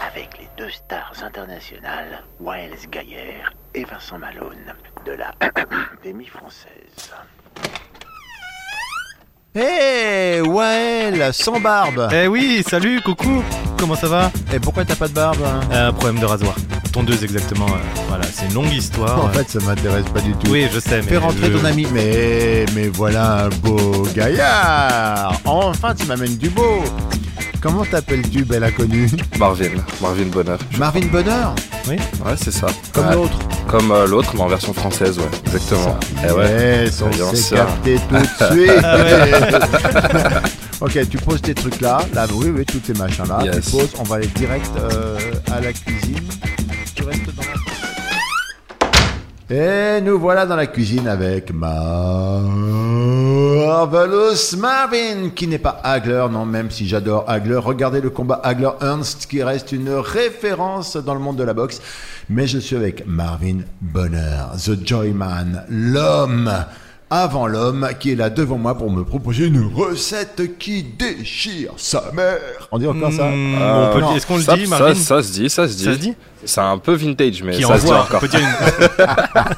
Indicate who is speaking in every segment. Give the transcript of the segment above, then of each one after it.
Speaker 1: Avec les deux stars internationales, Waels Gaillère et Vincent Malone, de la Académie française.
Speaker 2: Hey Wael, sans barbe
Speaker 3: Eh oui, salut, coucou Comment ça va
Speaker 2: Et Eh, pourquoi t'as pas de barbe hein
Speaker 3: euh, Problème de rasoir. Tondeuse exactement, euh, voilà, c'est une longue histoire.
Speaker 2: En fait, ça m'intéresse pas du tout.
Speaker 3: oui, je sais, mais...
Speaker 2: Fais rentrer
Speaker 3: je-
Speaker 2: ton ami. Mais, mais voilà un beau gaillard Enfin, tu m'amènes du beau Comment t'appelles-tu, belle inconnue
Speaker 4: Marvin, Marvin Bonheur.
Speaker 2: Marvin Bonheur
Speaker 4: Ouais, c'est ça.
Speaker 2: Comme
Speaker 4: Ouais,
Speaker 2: l'autre
Speaker 4: Comme euh, l'autre, mais en version française, ouais. Exactement. Eh ouais.
Speaker 2: Yes, on
Speaker 4: Voyons
Speaker 2: s'est
Speaker 4: ça.
Speaker 2: capté tout de suite Ok, tu poses tes trucs là, là, oui, oui, tous tes machins là,
Speaker 4: Yes.
Speaker 2: tu poses, on va aller direct euh, à la cuisine. Tu restes dans la Et nous voilà dans la cuisine avec Marvelous Marvin, qui n'est pas Hagler, non, même si j'adore Hagler. Regardez le combat Hagler-Ernst, qui reste une référence dans le monde de la boxe. Mais je suis avec Marvin Bonheur, The Joyman, l'homme avant l'homme qui est là devant moi pour me proposer une recette qui déchire sa mère. On dit encore ça
Speaker 3: Hmm,
Speaker 2: Euh,
Speaker 3: on peut-
Speaker 2: non.
Speaker 3: Est-ce qu'on le
Speaker 4: Ça,
Speaker 3: dit,
Speaker 4: ça,
Speaker 3: Marvin
Speaker 4: ça se dit, ça se dit.
Speaker 3: Ça se dit
Speaker 4: C'est un peu vintage, mais
Speaker 3: Qui
Speaker 4: ça se dit
Speaker 3: envoie, on
Speaker 4: encore.
Speaker 3: peut dire une...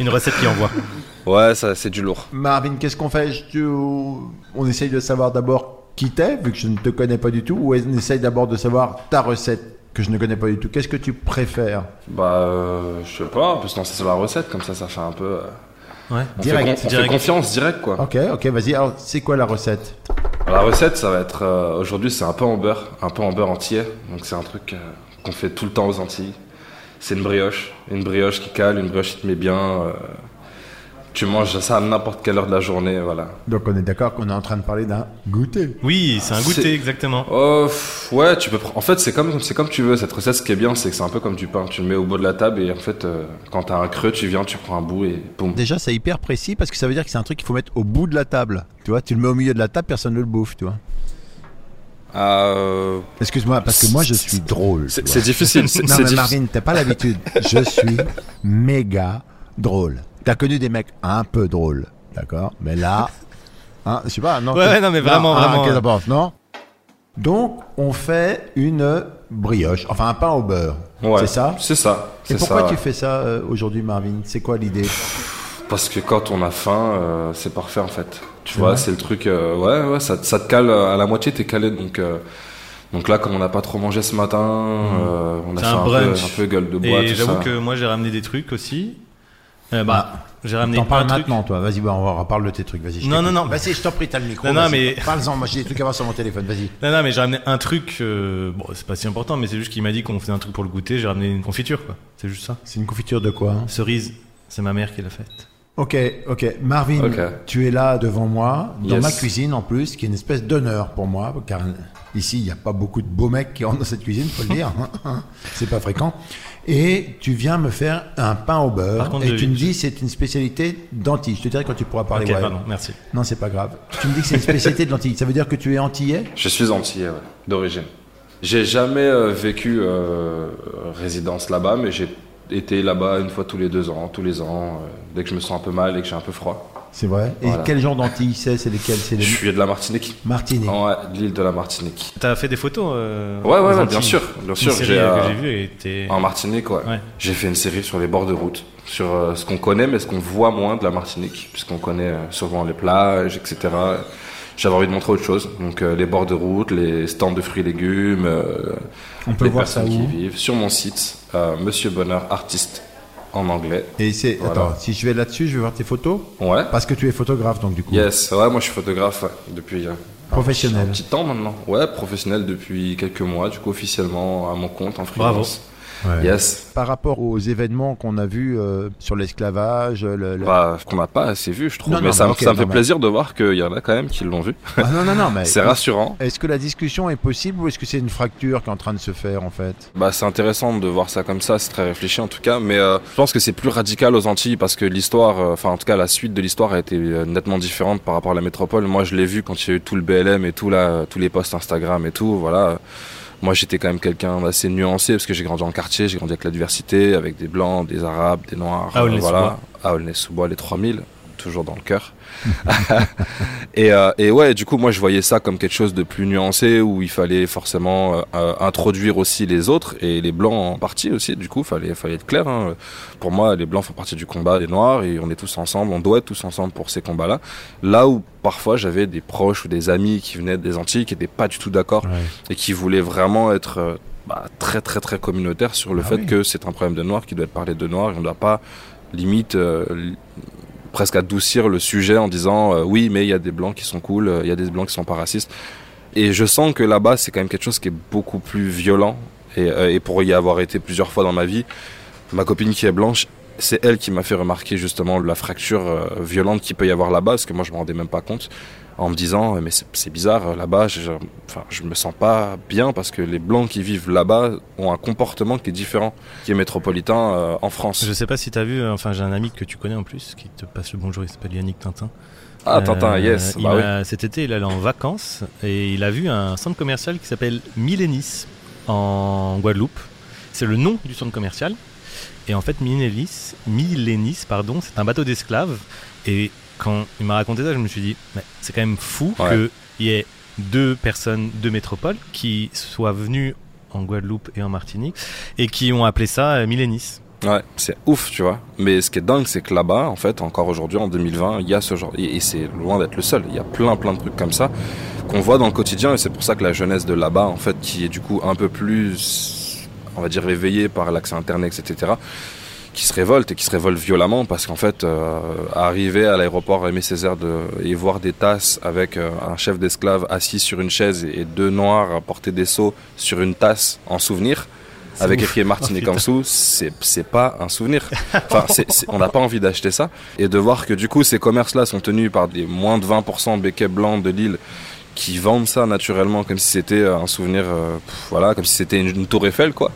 Speaker 3: une recette qui envoie.
Speaker 4: Ouais, ça, c'est du lourd.
Speaker 2: Marvin, qu'est-ce qu'on fait Je- On essaye de savoir d'abord qui t'es, vu que je ne te connais pas du tout, ou on essaye d'abord de savoir ta recette que je ne connais pas du tout. Qu'est-ce que tu préfères
Speaker 4: Bah, euh, je sais pas, on peut se lancer sur la recette, comme ça, ça fait un peu. euh,
Speaker 3: Ouais.
Speaker 4: on
Speaker 2: Direct,
Speaker 4: fait, con- on fait
Speaker 3: direct.
Speaker 4: confiance direct, quoi.
Speaker 2: Ok, ok, vas-y. Alors, c'est quoi la recette
Speaker 4: La recette, ça va être. euh, Aujourd'hui, c'est un peu en beurre, un peu en beurre entier. Donc, c'est un truc euh, qu'on fait tout le temps aux Antilles. C'est une brioche. Une brioche qui cale, une brioche qui te met bien. euh, tu manges ça à n'importe quelle heure de la journée, voilà.
Speaker 2: Donc, on est d'accord qu'on est en train de parler d'un goûter.
Speaker 3: Oui, c'est un goûter,
Speaker 4: C'est-
Speaker 3: exactement.
Speaker 4: Oh, pff, ouais, tu peux. pr- En fait, c'est comme c'est comme tu veux. Cette recette, ce qui est bien, c'est que c'est un peu comme du pain. Tu le mets au bout de la table et en fait, euh, quand t'as un creux, tu viens, tu prends un bout et boum.
Speaker 2: Déjà, c'est hyper précis parce que ça veut dire que c'est un truc qu'il faut mettre au bout de la table. Tu vois, tu le mets au milieu de la table, personne ne le bouffe, tu vois.
Speaker 4: Euh,
Speaker 2: Excuse-moi, parce que moi, je suis drôle.
Speaker 4: c'est
Speaker 2: tu
Speaker 4: c'est
Speaker 2: vois.
Speaker 4: difficile. C'est
Speaker 2: Non,
Speaker 4: c'est
Speaker 2: mais
Speaker 4: diffi-
Speaker 2: Marvin, t'as pas l'habitude. Je suis méga drôle. T'as connu des mecs un peu drôles, d'accord Mais là, hein, je sais pas, non.
Speaker 3: Ouais,
Speaker 2: que-
Speaker 3: ouais, non, mais vraiment,
Speaker 2: hein,
Speaker 3: vraiment,
Speaker 2: qu'est-ce
Speaker 3: ouais.
Speaker 2: que t'en penses, non Donc, on fait une brioche, enfin un pain au beurre.
Speaker 4: Ouais,
Speaker 2: C'est ça
Speaker 4: C'est ça.
Speaker 2: Et
Speaker 4: C'est
Speaker 2: pourquoi
Speaker 4: ça.
Speaker 2: tu fais ça euh, aujourd'hui, Marvin C'est quoi l'idée
Speaker 4: Parce que quand on a faim, euh, c'est parfait en fait. Tu vois, c'est le truc. euh, ouais, ouais, ça, ça te cale euh, à la moitié, t'es calé. Donc, euh, donc là, comme on n'a pas trop mangé ce matin, euh, on a
Speaker 3: C'est
Speaker 4: fait
Speaker 3: un
Speaker 4: un, peu,
Speaker 3: brunch.
Speaker 4: un peu gueule de bois.
Speaker 3: Et
Speaker 4: tout
Speaker 3: j'avoue
Speaker 4: ça.
Speaker 3: que moi, j'ai ramené des trucs aussi. Euh, bah, j'ai ramené
Speaker 2: T'en
Speaker 3: un
Speaker 2: parles
Speaker 3: truc.
Speaker 2: maintenant, toi. Vas-y, bah, on va reparler de tes trucs. Vas-y. je
Speaker 3: Non,
Speaker 2: t'écoute.
Speaker 3: non, non.
Speaker 2: Vas-y, je t'en prie, t'as le micro.
Speaker 3: Non, non,
Speaker 2: vas-y.
Speaker 3: mais-
Speaker 2: Parle-en, moi j'ai des trucs à voir sur mon téléphone. Vas-y.
Speaker 3: Non, non, mais j'ai ramené un truc... euh, Bon, c'est pas si important, mais c'est juste qu'il m'a dit qu'on faisait un truc pour le goûter. J'ai ramené une confiture, quoi. C'est juste ça.
Speaker 2: C'est une confiture de quoi hein
Speaker 3: Cerise, c'est ma mère qui l'a faite.
Speaker 2: Ok, ok. Marvin,
Speaker 4: Ok.
Speaker 2: tu es là devant moi, dans
Speaker 4: Yes.
Speaker 2: ma cuisine en plus, qui est une espèce d'honneur pour moi, car ici, il n'y a pas beaucoup de beaux mecs qui rentrent dans cette cuisine, faut le dire. hein, c'est pas fréquent. Et tu viens me faire un pain au beurre,
Speaker 3: Par contre,
Speaker 2: et
Speaker 3: je-
Speaker 2: tu me dis c'est une spécialité d'Antilles. Je te dirai quand tu pourras parler.
Speaker 3: Ok,
Speaker 2: ouais.
Speaker 3: pardon, merci.
Speaker 2: Non, c'est pas grave. Tu me dis que c'est une spécialité de l'Antille. Ça veut dire que tu es antillais
Speaker 4: Je suis antillais, ouais, d'origine. J'ai jamais euh, vécu euh, résidence là-bas, mais j'ai été là-bas une fois tous les deux ans, tous les ans, euh, dès que je me sens un peu mal et que j'ai un peu froid.
Speaker 2: C'est vrai. Et
Speaker 4: Voilà.
Speaker 2: quel genre d'Antilles c'est C'est lesquels C'est
Speaker 4: Je
Speaker 2: les
Speaker 4: suis de la Martinique.
Speaker 2: Martinique.
Speaker 4: Ouais, de l'île de la Martinique.
Speaker 3: T'as fait des photos euh,
Speaker 4: Ouais, ouais,
Speaker 3: aux
Speaker 4: ouais,
Speaker 3: Antilles.
Speaker 4: bien sûr, bien sûr,
Speaker 3: Une série
Speaker 4: j'ai,
Speaker 3: euh, que
Speaker 4: euh,
Speaker 3: j'ai vue et t'es...
Speaker 4: En Martinique, ouais.
Speaker 3: Ouais.
Speaker 4: J'ai fait une série sur les bords de route, sur euh, ce qu'on connaît mais ce qu'on voit moins de la Martinique, puisqu'on connaît euh, souvent les plages, etc. j'avais envie de montrer autre chose. Donc euh, les bords de route, les stands de fruits et légumes, euh,
Speaker 5: On peut
Speaker 4: les
Speaker 5: voir ça
Speaker 4: personnes qui y
Speaker 5: où
Speaker 4: vivent. Sur mon site, euh, Monsieur Bonheur Artiste en anglais.
Speaker 2: Et c'est.
Speaker 4: Voilà.
Speaker 2: Attends, si je vais là-dessus, je vais voir tes photos.
Speaker 4: Ouais.
Speaker 2: Parce que tu es photographe, donc du coup.
Speaker 4: Yes, ouais, moi je suis photographe ouais, depuis euh, un
Speaker 2: Professionnel.
Speaker 4: petit- Un petit temps maintenant. Ouais, professionnel depuis quelques mois, du coup officiellement à mon compte en freelance.
Speaker 2: Ouais.
Speaker 4: Yes.
Speaker 2: Par rapport aux événements qu'on a vus euh, sur l'esclavage, le- le-
Speaker 4: Bah, qu'on n'a pas assez vu, je trouve.
Speaker 2: Non,
Speaker 4: mais
Speaker 2: non,
Speaker 4: ça,
Speaker 2: mais
Speaker 4: me-
Speaker 2: ok,
Speaker 4: ça me fait
Speaker 2: normal.
Speaker 4: plaisir de voir qu'il y en a quand même qui l'ont vu.
Speaker 2: Ah, non, non, non, mais
Speaker 4: C'est rassurant.
Speaker 2: Est-ce que la discussion est possible ou est-ce que c'est une fracture qui est en train de se faire en fait
Speaker 4: Bah, c'est intéressant de voir ça comme ça, c'est très réfléchi en tout cas. Mais euh, je pense que c'est plus radical aux Antilles parce que l'histoire, euh, enfin en tout cas la suite de l'histoire a été euh, nettement différente par rapport à la métropole. Moi, je l'ai vu quand il y a eu tout le BLM et tout là, euh, tous les posts Instagram et tout. Voilà. Moi, j'étais quand même quelqu'un d'assez nuancé parce que j'ai grandi en quartier, j'ai grandi avec la diversité, avec des blancs, des arabes, des noirs. euh,
Speaker 3: À Aulnay-sous-Bois.
Speaker 4: voilà. À Aulnay-sous-Bois, les 3000, toujours dans le cœur. et, euh, et ouais, du coup, moi, je voyais ça comme quelque chose de plus nuancé où il fallait forcément euh, euh, introduire aussi les autres et les blancs en partie aussi. Du coup, fallait, fallait être clair. hein. Pour moi, les blancs font partie du combat des noirs et on est tous ensemble, on doit être tous ensemble pour ces combats-là. Là où parfois j'avais des proches ou des amis qui venaient des Antilles qui n'étaient pas du tout d'accord et qui voulaient vraiment être euh, bah, très très très communautaire sur le fait que c'est un problème de noir qui doit être parlé de noir et on ne doit pas limite euh, li- presque adoucir le sujet en disant euh, oui mais il y a des blancs qui sont cool, euh, il y a des blancs qui sont pas racistes et je sens que là-bas c'est quand même quelque chose qui est beaucoup plus violent et, euh, et pour y avoir été plusieurs fois dans ma vie, ma copine qui est blanche c'est elle qui m'a fait remarquer justement la fracture euh, violente qu'il peut y avoir là-bas, parce que moi je me rendais même pas compte, en me disant mais c'est- c'est bizarre euh, là-bas, je, je- enfin, je me sens pas bien parce que les blancs qui vivent là-bas ont un comportement qui est différent, qui est métropolitain euh, en France.
Speaker 3: Je sais pas si t'as vu, euh, enfin j'ai un ami que tu connais en plus qui te passe le bonjour, il s'appelle Yannick Tintin.
Speaker 4: Ah
Speaker 3: Euh,
Speaker 4: Tintin, yes,
Speaker 3: il
Speaker 4: bah oui.
Speaker 3: m'a- Cet été, il allait en vacances et il a vu un centre commercial qui s'appelle Milénis en Guadeloupe. C'est le nom du centre commercial. Et en fait, Milénis, Milénis pardon, c'est un bateau d'esclaves. Et quand il m'a raconté ça, je me suis dit, mais c'est quand même fou
Speaker 4: Ouais.
Speaker 3: qu'il y ait deux personnes de métropole qui soient venues en Guadeloupe et en Martinique et qui ont appelé ça euh, Milénis.
Speaker 4: Ouais, c'est ouf, tu vois. Mais ce qui est dingue, c'est que là-bas, en fait, encore aujourd'hui, en 2020, il y a ce genre. Et, et c'est loin d'être le seul. Il y a plein, plein de trucs comme ça qu'on voit dans le quotidien. Et c'est pour ça que la jeunesse de là-bas, en fait, qui est du coup un peu plus, on va dire, réveillée par l'accès à Internet, etc., qui se révolte et qui se révolte violemment parce qu'en fait, euh, arriver à l'aéroport Aimé Césaire de, et voir des tasses avec euh, un chef d'esclave assis sur une chaise et, et deux noirs à porter des seaux sur une tasse en souvenir,
Speaker 3: C'est
Speaker 4: avec
Speaker 3: ouf.
Speaker 4: écrit Martinique en dessous, c'est c'est pas un souvenir. Enfin, c'est- c'est- on n'a pas envie d'acheter ça. Et de voir que du coup, ces commerces-là sont tenus par des moins de 20% béquets blancs de l'île qui vendent ça naturellement comme si c'était euh, un souvenir, euh, pff, voilà, comme si c'était une, une tour Eiffel, quoi.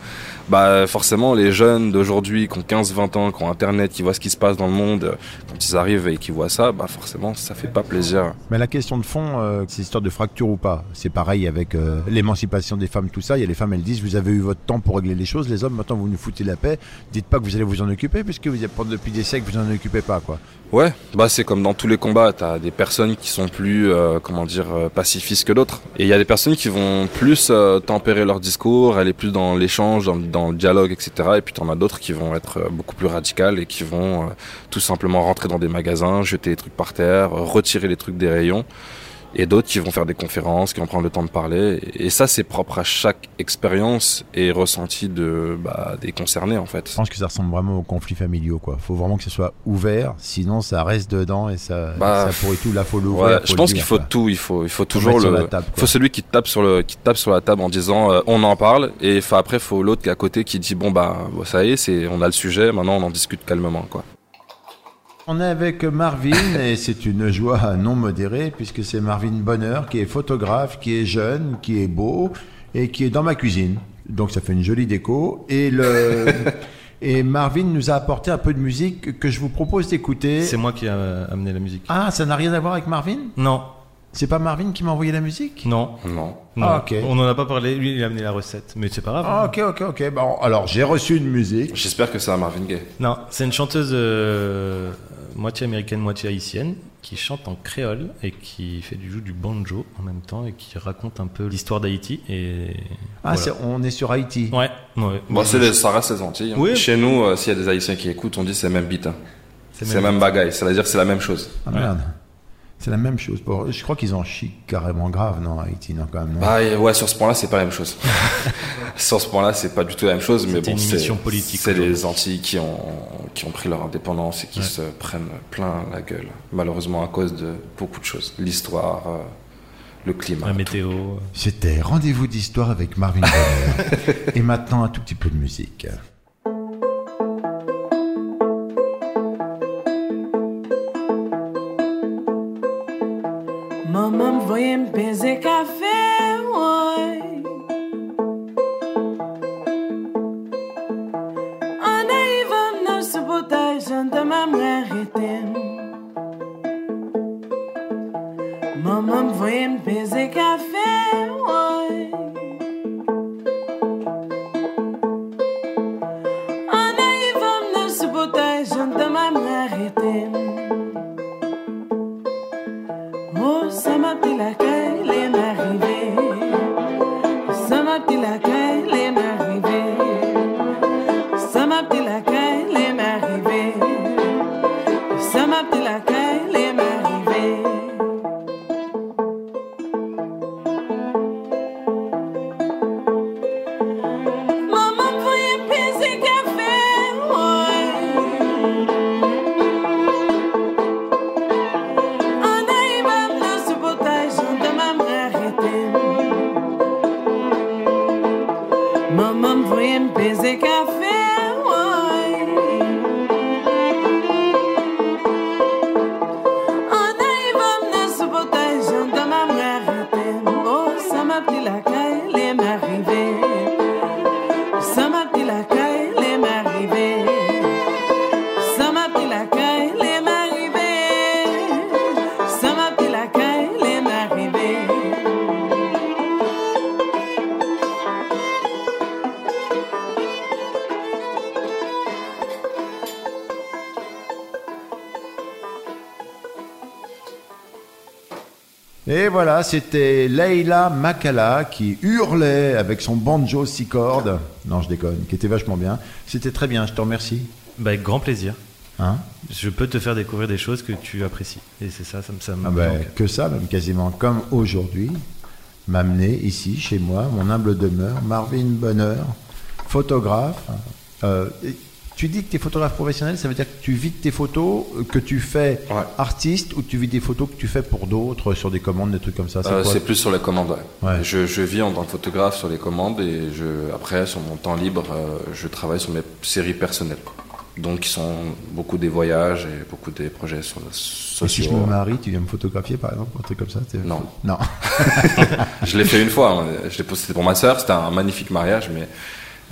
Speaker 4: Bah, forcément, les jeunes d'aujourd'hui qui ont 15-20 ans, qui ont Internet, qui voient ce qui se passe dans le monde, euh, quand ils arrivent et qui voient ça, bah, forcément, ça fait pas plaisir.
Speaker 2: Mais la question de fond, euh, c'est histoire de fracture ou pas. C'est pareil avec euh, l'émancipation des femmes, tout ça. Il y a les femmes, elles disent, vous avez eu votre temps pour régler les choses. Les hommes, maintenant, vous nous foutez la paix. Dites pas que vous allez vous en occuper puisque vous, pendant- depuis des siècles, vous en occupez pas, quoi.
Speaker 4: Ouais, bah c'est comme dans tous les combats, t'as des personnes qui sont plus, euh, comment dire, euh, pacifistes que d'autres. Et il y a des personnes qui vont plus euh, tempérer leur discours, aller plus dans l'échange, dans, dans le dialogue, etc. Et puis t'en as d'autres qui vont être euh, beaucoup plus radicales et qui vont euh, tout simplement rentrer dans des magasins, jeter les trucs par terre, euh, retirer les trucs des rayons. Et d'autres qui vont faire des conférences, qui vont prendre le temps de parler. Et ça, c'est propre à chaque expérience et ressenti de, bah, des concernés, en fait.
Speaker 2: Je pense que ça ressemble vraiment aux conflits familiaux, quoi. Faut vraiment que ce soit ouvert. Sinon, ça reste dedans et ça,
Speaker 4: Bah,
Speaker 2: ça pourrit tout. Là, faut
Speaker 4: Ouais,
Speaker 2: l'ouvrir.
Speaker 4: je pense
Speaker 2: le
Speaker 4: qu'il
Speaker 2: dire,
Speaker 4: faut
Speaker 2: quoi.
Speaker 4: tout, il faut, il faut toujours
Speaker 2: mettre sur
Speaker 4: le.
Speaker 2: la table, quoi.
Speaker 4: faut celui qui tape sur le, qui tape sur la table en disant euh, on en parle et fa- après faut l'autre qui est à côté qui dit bon bah bon, ça y est, c'est on a le sujet, maintenant on en discute calmement quoi.
Speaker 2: On est avec Marvin et c'est une joie non modérée puisque c'est Marvin Bonheur qui est photographe, qui est jeune, qui est beau et qui est dans ma cuisine. Donc ça fait une jolie déco et le et Marvin nous a apporté un peu de musique que je vous propose d'écouter.
Speaker 3: C'est moi qui ai euh, amené la musique.
Speaker 2: Ah, ça n'a rien à voir avec Marvin
Speaker 3: Non,
Speaker 2: C'est pas Marvin qui m'a envoyé la musique
Speaker 3: non.
Speaker 4: Non.
Speaker 3: Non,
Speaker 2: Ah, ok.
Speaker 3: On n'en a pas parlé, lui il a amené la recette, mais c'est pas grave.
Speaker 2: Ah, OK, OK, OK. Bon, alors j'ai reçu une musique.
Speaker 4: J'espère que c'est un Marvin Gaye.
Speaker 3: Non, c'est une chanteuse euh, moitié américaine, moitié haïtienne, qui chante en créole et qui fait du joue du banjo en même temps et qui raconte un peu l'histoire d'Haïti. Et...
Speaker 2: Ah,
Speaker 3: voilà.
Speaker 2: c'est- on est sur Haïti.
Speaker 3: Ouais, ouais.
Speaker 4: Bon, c'est les, ça reste les Antilles. hein.
Speaker 3: Oui.
Speaker 4: Chez nous, euh, s'il y a des Haïtiens qui écoutent, on dit c'est même beat. hein.
Speaker 3: C'est
Speaker 4: C'est
Speaker 3: même
Speaker 4: même bagaille, c'est-à-dire c'est la même chose.
Speaker 2: Ah merde. C'est la même chose. Pour... Je crois qu'ils en chient carrément grave, non, Haïti, non, quand même. non
Speaker 4: Bah et ouais, sur ce point-là, c'est pas la même chose. sur ce point-là, c'est pas du tout la même chose, mais
Speaker 3: C'était
Speaker 4: bon,
Speaker 3: une
Speaker 4: c'est
Speaker 3: mission politique,
Speaker 4: c'est
Speaker 3: aujourd'hui.
Speaker 4: les Antilles qui ont qui ont pris leur indépendance et qui
Speaker 3: Ouais.
Speaker 4: se prennent plein la gueule, malheureusement à cause de beaucoup de choses, l'histoire, euh, le climat.
Speaker 3: La météo. euh.
Speaker 2: C'était Rendez-vous d'histoire avec Marvin Bonheur. Et maintenant, un tout petit peu de musique.
Speaker 5: Maman me voyait me baiser e café, ouais. En arrivant dans ce potage, j'entends de ma mère arrêter. Maman me voyait me baiser e café, ouais. En arrivant dans ce potage, j'entends de ma mère arrêter. Oh, ça m'a pris la caille, elle est m'arrivée. Ça m'a pris la caille, elle est m'arrivée. Ça m'a pris la caille, elle est m'arrivée. Ça m'a pris la caille, elle est m'arrivée. Maman voyait baiser café, ouais. En arrivant dans ce potage, j'entends ma mère arrêter. Maman me voyait me baiser café, ouais. En arrivant dans ce potage, j'entends ma mère arrêter. Oh, ça m'a pris la caille, elle est m'arrivée. Ça m'a pris la caille, elle est m'arrivée. Ça m'a pris la caille, les m'arrivés. Ça m'a pris la caille, les m'arrivés.
Speaker 2: Et voilà, c'était Leila Makala qui hurlait avec son banjo six cordes. Non, je déconne, qui était vachement bien. C'était très bien, je te remercie.
Speaker 3: Bah, avec grand plaisir.
Speaker 2: Hein
Speaker 3: Je peux te faire découvrir des choses que tu apprécies. Et c'est ça, ça me. Ça me
Speaker 2: Ah bah,
Speaker 3: manque.
Speaker 2: que ça, même quasiment comme aujourd'hui, m'amener ici, chez moi, mon humble demeure, Marvin Bonheur, photographe. Euh, et tu dis que tu es photographe professionnel, ça veut dire que tu vis de tes photos euh, que tu fais
Speaker 4: Ouais.
Speaker 2: artiste ou tu vis des photos que tu fais pour d'autres sur des commandes, des trucs comme ça. C'est
Speaker 4: Euh,
Speaker 2: quoi
Speaker 4: C'est plus sur les commandes. ouais.
Speaker 2: Ouais.
Speaker 4: Je, je vis en tant que photographe sur les commandes et je, après, sur mon temps libre, euh, je travaille sur mes séries personnelles. Donc, qui sont beaucoup des voyages et beaucoup des projets sur le
Speaker 2: Et
Speaker 4: social.
Speaker 2: si je me marie, tu viens me photographier par exemple, un truc comme ça t'es-
Speaker 4: Non.
Speaker 2: Non.
Speaker 4: Je l'ai fait une fois. hein. Je l'ai posté c'était pour ma sœur. C'était un magnifique mariage, mais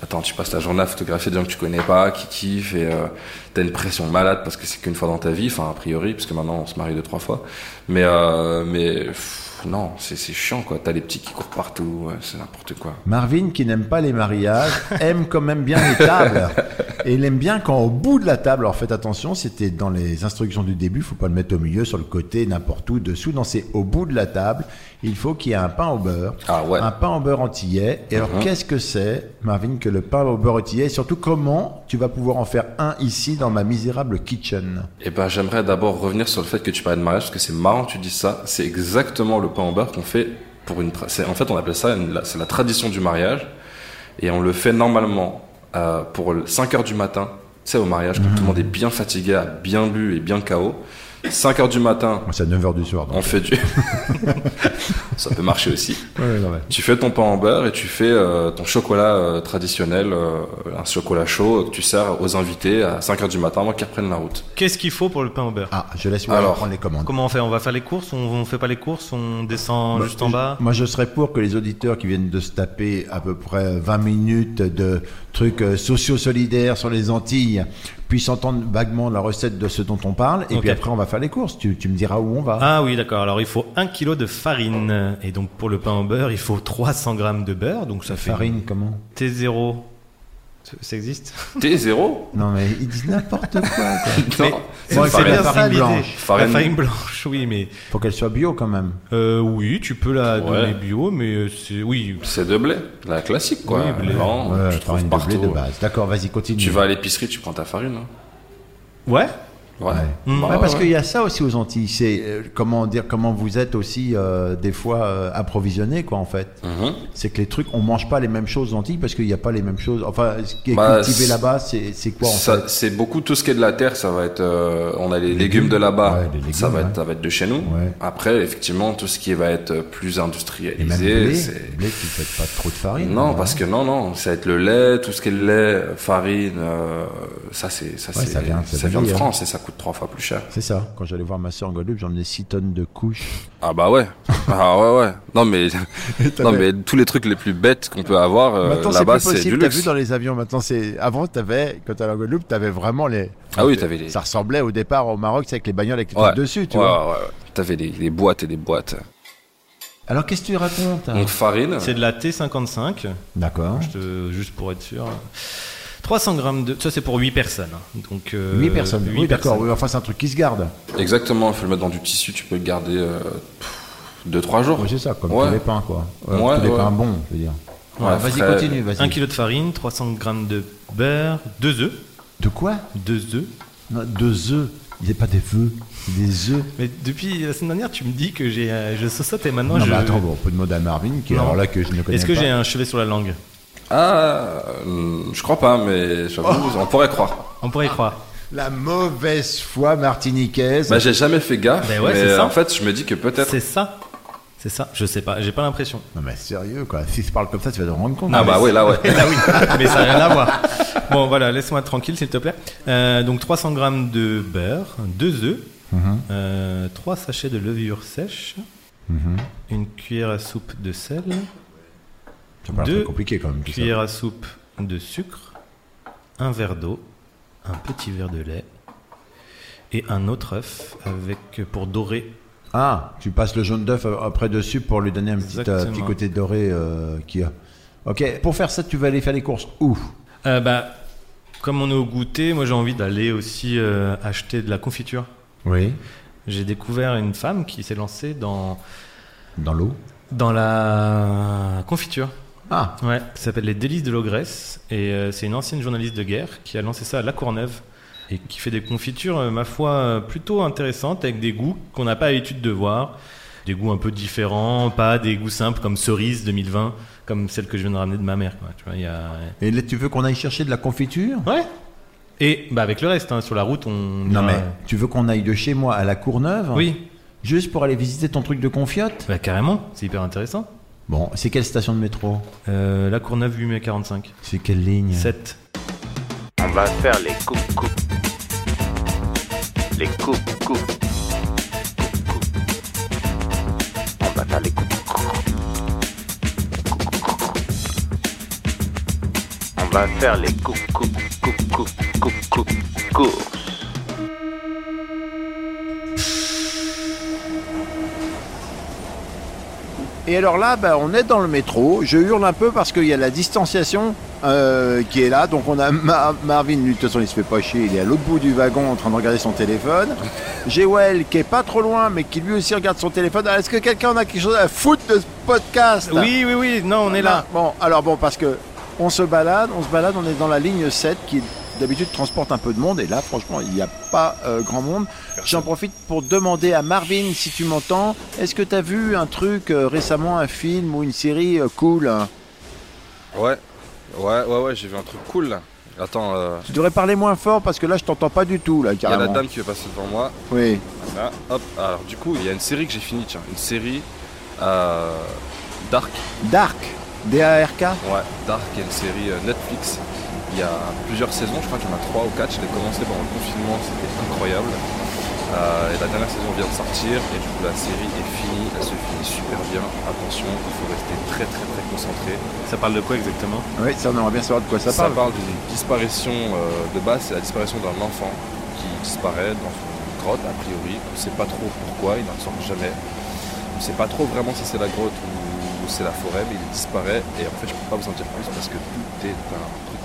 Speaker 4: attends, tu passes ta journée à photographier des gens que tu connais pas, qui kiffent, et euh, t'as une pression malade parce que c'est qu'une fois dans ta vie, enfin a priori, parce que maintenant on se marie deux trois fois. Mais euh, mais pff, non, c'est c'est chiant quoi. T'as les petits qui courent partout, ouais, c'est n'importe quoi.
Speaker 2: Marvin, qui n'aime pas les mariages, aime quand même bien les tables. Et il aime bien quand au bout de la table, alors faites attention, c'était dans les instructions du début, faut pas le mettre au milieu, sur le côté, n'importe où, dessous. Non, c'est au bout de la table. Il faut qu'il y ait un pain au beurre.
Speaker 4: Ah ouais. Uh-huh.
Speaker 2: Un pain au beurre antillais. Et alors, qu'est-ce que c'est, Marvin, que le pain au beurre antillais? Et surtout, comment tu vas pouvoir en faire un ici dans ma misérable kitchen?
Speaker 4: Eh ben, j'aimerais d'abord revenir sur le fait que tu parlais de mariage, parce que c'est marrant que tu dis ça. C'est exactement le pain au beurre qu'on fait pour une. tra- c'est- En fait, on appelle ça une- la- c'est la tradition du mariage, et on le fait normalement euh, pour le 5 heures du matin. Tu sais, au mariage,
Speaker 2: Mhm.
Speaker 4: quand tout le monde est bien fatigué, a bien bu et bien KO. 5 heures du matin,
Speaker 2: Moi, c'est à 9h du soir. donc.
Speaker 4: on fait du. ça peut marcher aussi.
Speaker 2: Ouais, ouais, non, ouais.
Speaker 4: Tu fais ton pain en beurre et tu fais euh, ton chocolat euh, traditionnel, euh, un chocolat chaud que tu sers aux invités à 5 heures du matin avant qu'ils reprennent la route.
Speaker 3: Qu'est-ce qu'il faut pour le pain au beurre
Speaker 2: Ah, je laisse
Speaker 4: Alors,
Speaker 2: alors prendre les commandes.
Speaker 3: Comment on fait On va faire les courses On, on fait pas les courses On descend
Speaker 2: Bah,
Speaker 3: juste en bas
Speaker 2: je- Moi, je serais pour que les auditeurs qui viennent de se taper à peu près 20 minutes de trucs euh, sociaux solidaires sur les Antilles puissent entendre vaguement la recette de ce dont on parle. Et
Speaker 3: Ok.
Speaker 2: puis après, on va faire les courses. Tu, tu me diras où on va.
Speaker 3: Ah oui, d'accord. Alors il faut 1 kg de farine. Et donc pour le pain au beurre, il faut 300 g de beurre. Donc ça fait
Speaker 2: Farine, comment
Speaker 3: T0. Ça existe
Speaker 4: T'es zéro
Speaker 2: Non, mais ils disent n'importe quoi. quoi.
Speaker 4: Non,
Speaker 2: bon,
Speaker 4: c'est
Speaker 2: c'est
Speaker 4: farine.
Speaker 2: bien ça. farine blanche.
Speaker 4: Farine-
Speaker 3: La farine blanche, oui, mais
Speaker 2: Faut qu'elle soit bio quand même.
Speaker 3: euh, oui, tu peux la
Speaker 4: Ouais.
Speaker 3: donner bio, mais euh, c'est oui.
Speaker 4: C'est de blé, la classique quoi.
Speaker 3: Oui, blé.
Speaker 4: Vraiment,
Speaker 2: Ouais,
Speaker 4: tu trouves
Speaker 2: farine de blé
Speaker 4: partout.
Speaker 2: de base. D'accord, vas-y, continue.
Speaker 4: Tu vas à l'épicerie, tu prends ta farine. hein.
Speaker 3: Ouais.
Speaker 4: Ouais.
Speaker 3: Mm.
Speaker 4: Bah,
Speaker 2: Ouais, parce
Speaker 4: ouais.
Speaker 2: qu'il y a ça aussi aux Antilles. C'est euh, comment dire, comment vous êtes aussi euh, des fois euh, approvisionné, quoi, en fait.
Speaker 4: Mhm.
Speaker 2: C'est que les trucs, on mange pas les mêmes choses aux Antilles parce qu'il n'y a pas les mêmes choses. Enfin, ce qui est
Speaker 4: Bah,
Speaker 2: cultivé
Speaker 4: c'est-
Speaker 2: là-bas, c'est c'est quoi en
Speaker 4: Ça,
Speaker 2: fait
Speaker 4: C'est beaucoup tout ce qui est de la terre, ça va être. euh, on a les légumes, de là-bas,
Speaker 2: Ouais, les légumes,
Speaker 4: ça, va
Speaker 2: ouais.
Speaker 4: être, ça va être de chez nous.
Speaker 2: Ouais.
Speaker 4: Après, effectivement, tout ce qui va être plus
Speaker 2: Et même le
Speaker 4: industrialisé,
Speaker 2: blé,
Speaker 4: c'est.
Speaker 2: le blé, tu fais pas trop de farine.
Speaker 4: Non,
Speaker 2: hein.
Speaker 4: parce que non, non, ça va être le lait, tout ce qui est lait, farine, euh, ça c'est, ça
Speaker 2: Ouais,
Speaker 4: c'est,
Speaker 2: ça vient- hein. ça
Speaker 4: ça
Speaker 2: vient
Speaker 4: vient de
Speaker 2: d'hier.
Speaker 4: France et ça coûte trois fois plus cher.
Speaker 2: C'est ça. Quand j'allais voir ma soeur en Guadeloupe, j'emmenais 6 tonnes de couches.
Speaker 4: Ah bah ouais, ah ouais ouais. Non mais, non mais tous les trucs les plus bêtes qu'on peut avoir euh,
Speaker 2: maintenant, c'est
Speaker 4: là-bas,
Speaker 2: plus
Speaker 4: c'est du
Speaker 2: possible. T'as vu
Speaker 4: luxe.
Speaker 2: dans les avions, maintenant, c'est. Avant, t'avais, quand t'allais en Guadeloupe, t'avais vraiment les.
Speaker 4: Ah oui, t'avais les.
Speaker 2: Ça ressemblait au départ au Maroc, c'est avec les bagnoles avec les
Speaker 4: Ouais.
Speaker 2: trucs dessus, tu
Speaker 4: ouais,
Speaker 2: vois.
Speaker 4: ouais, ouais. T'avais les, les boîtes et des boîtes.
Speaker 2: Alors, qu'est-ce que tu racontes hein
Speaker 4: Donc farine.
Speaker 3: C'est de la T55,
Speaker 2: D'accord.
Speaker 3: je te- juste pour être sûr. 300 grammes de. Ça, c'est pour 8 personnes. hein. Donc, euh,
Speaker 2: 8 personnes.
Speaker 3: huit
Speaker 2: Oui, d'accord.
Speaker 3: personnes.
Speaker 2: Oui, enfin, c'est un truc qui se garde.
Speaker 4: Exactement, il faut le mettre dans du tissu, tu peux le garder euh, 2-3 jours.
Speaker 2: Ouais, c'est ça, comme
Speaker 4: Ouais.
Speaker 2: tous les pains, quoi. Euh,
Speaker 4: Ouais,
Speaker 2: tous les
Speaker 4: ouais.
Speaker 2: pains bons, je veux dire.
Speaker 4: Ouais,
Speaker 2: vas-y,
Speaker 4: frais.
Speaker 2: continue, vas-y.
Speaker 3: 1 kg de farine, 300 grammes de beurre, 2 œufs.
Speaker 2: De quoi
Speaker 3: 2 œufs.
Speaker 2: Non, Deux œufs. Il n'est pas des vœux, des œufs.
Speaker 3: Mais depuis la semaine dernière, tu me dis que j'ai, euh, je saute et maintenant
Speaker 2: Non,
Speaker 3: je.
Speaker 2: mais attends, bon, on peut demander à Marvin, qui est
Speaker 3: Non.
Speaker 2: alors là que je ne connais
Speaker 3: Est-ce que
Speaker 2: pas.
Speaker 3: j'ai un chevet sur la langue
Speaker 4: Ah, euh, je crois pas, mais j'avoue,
Speaker 2: Oh.
Speaker 4: on pourrait croire.
Speaker 3: On pourrait y croire.
Speaker 2: La mauvaise foi martiniquaise.
Speaker 4: Bah, j'ai jamais fait gaffe,
Speaker 3: Ben ouais, c'est
Speaker 4: mais
Speaker 3: ça.
Speaker 4: en fait, je me dis que peut-être.
Speaker 3: C'est ça C'est ça Je sais pas, j'ai pas l'impression.
Speaker 2: Non, mais sérieux, quoi. Si tu parles comme ça, Eh ben tu vas te rendre compte.
Speaker 4: Ah bah ouais, là ouais.
Speaker 3: Ah oui, mais ça n'a rien à voir. Bon, voilà, laisse-moi tranquille, s'il te plaît. Euh, donc 300 grammes de beurre, 2 œufs,
Speaker 2: Mhm.
Speaker 3: 3 sachets de levure sèche,
Speaker 2: Mhm.
Speaker 3: une cuillère à soupe de sel,
Speaker 2: Ça paraît
Speaker 3: Deux
Speaker 2: très compliqué, quand même. tout ça.
Speaker 3: cuillère à soupe de sucre, un verre d'eau, un petit verre de lait et un autre œuf avec pour dorer.
Speaker 2: Ah, tu passes le jaune d'œuf euh, après dessus pour lui donner un petit, euh,
Speaker 3: Exactement.
Speaker 2: petit côté doré euh, qu'il y a. Ok, pour faire ça, tu vas aller faire les courses où
Speaker 3: Euh, bah, comme on est au goûter, moi j'ai envie d'aller aussi euh, acheter de la confiture.
Speaker 2: Oui.
Speaker 3: J'ai découvert une femme qui s'est lancée dans,
Speaker 2: Dans l'eau.
Speaker 3: dans la confiture.
Speaker 2: Ah,
Speaker 3: Ouais, ça s'appelle Les Délices de l'Ogresse. Et euh, c'est une ancienne journaliste de guerre qui a lancé ça à La Courneuve. Et qui fait des confitures, euh, ma foi, euh, plutôt intéressantes, avec des goûts qu'on n'a pas l'habitude de voir. Des goûts un peu différents, pas des goûts simples comme cerise 2020, comme celle que je viens de ramener de ma mère. Quoi. Tu vois, il y a...
Speaker 2: et là, tu veux qu'on aille chercher de la confiture
Speaker 3: Ouais! Et bah, avec le reste, hein, sur la route, on.
Speaker 2: Non,
Speaker 3: ira-
Speaker 2: mais tu veux qu'on aille de chez moi à la Courneuve
Speaker 3: Oui,
Speaker 2: Juste pour aller visiter ton truc de confiote
Speaker 3: bah, carrément, c'est hyper intéressant.
Speaker 2: Bon, c'est quelle station de métro
Speaker 3: Euh, la Courneuve, 8 mai 45.
Speaker 2: C'est quelle ligne
Speaker 3: 7.
Speaker 1: On va faire les coucou. Les coucou. Coucou. On va faire les coucou. On va faire les coucou. Coucou. Coucou. Courses.
Speaker 2: Et alors là, bah, on est dans le métro. Je hurle un peu parce qu'il y a la distanciation euh, qui est là. Donc on a Ma- Marvin, lui, de toute façon, il se fait pas chier. Il est à l'autre bout du wagon en train de regarder son téléphone. Jewel, qui est pas trop loin, mais qui lui aussi regarde son téléphone. Alors, Est-ce que quelqu'un en a quelque chose à foutre de ce podcast
Speaker 3: Oui, oui, oui, non, on est là.
Speaker 2: Ah, Bon, alors bon, parce que on se balade, on se balade, on est dans la ligne 7 qui d'habitude transporte un peu de monde et là franchement il n'y a pas euh, grand monde. J'en profite pour demander à Marvin si tu m'entends, est-ce que tu as vu un truc euh, récemment, un film ou une série euh, cool hein
Speaker 4: Ouais, ouais, ouais, ouais, j'ai vu un truc cool là. Attends, euh,
Speaker 2: Tu devrais parler moins fort parce que là je t'entends pas du tout là
Speaker 4: il y a
Speaker 2: carrément.
Speaker 4: la dame qui veut passer devant moi.
Speaker 2: Oui.
Speaker 4: Là, Ah, hop. Alors, du coup, il y a une série que j'ai finie, tiens. Une série euh, Dark.
Speaker 2: Dark, D A R K.
Speaker 4: Ouais, Dark est une série euh, Netflix. Il y a plusieurs saisons, je crois qu'il y en a trois ou quatre. Je l'ai commencé pendant le confinement, c'était incroyable. Euh, et la dernière saison vient de sortir et du coup la série est finie, elle se finit super bien. Attention, il faut rester très très très concentré.
Speaker 3: Ça parle de quoi exactement
Speaker 2: Oui, ça on aimerait bien savoir de quoi ça
Speaker 4: Ça,
Speaker 2: parle.
Speaker 4: parle d'une disparition euh, de base, c'est la disparition d'un enfant qui disparaît dans une grotte, a priori. On ne sait pas trop pourquoi, il n'en sort jamais. On ne sait pas trop vraiment si c'est la grotte ou, ou c'est la forêt, mais il disparaît. Et en fait, je ne peux pas vous en dire plus parce que tout est un truc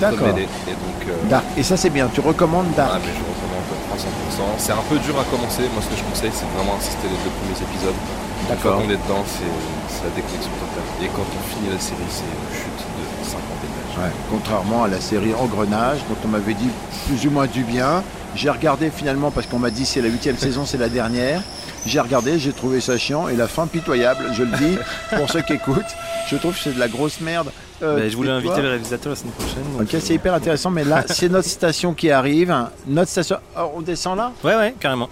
Speaker 2: D'accord.
Speaker 4: entremêlé. Et donc, euh,
Speaker 2: Dark. Et ça c'est bien. Tu recommandes Dark.
Speaker 4: ah, mais je recommande 300%. C'est un peu dur à commencer. Moi, ce que je conseille, c'est vraiment insister les deux premiers épisodes. Une fois
Speaker 2: D'accord.
Speaker 4: qu'on est dedans, c'est c'est la déconnexion totale. Et quand on finit la série, c'est une chute de 50 étages.
Speaker 2: Ouais, contrairement à la série Engrenage, dont on m'avait dit plus ou moins du bien. J'ai regardé finalement parce qu'on m'a dit c'est la huitième saison, c'est la dernière. J'ai regardé, j'ai trouvé ça chiant et la fin pitoyable, je le dis, pour ceux qui écoutent. Je trouve que c'est de la grosse merde. Euh,
Speaker 3: Bah, je voulais
Speaker 2: tais-toi.
Speaker 3: inviter le réalisateur la semaine prochaine. donc,
Speaker 2: Ok, c'est
Speaker 3: euh,
Speaker 2: hyper intéressant, mais là, c'est notre station qui arrive. Notre station. Oh, on descend là
Speaker 3: Ouais, ouais, carrément.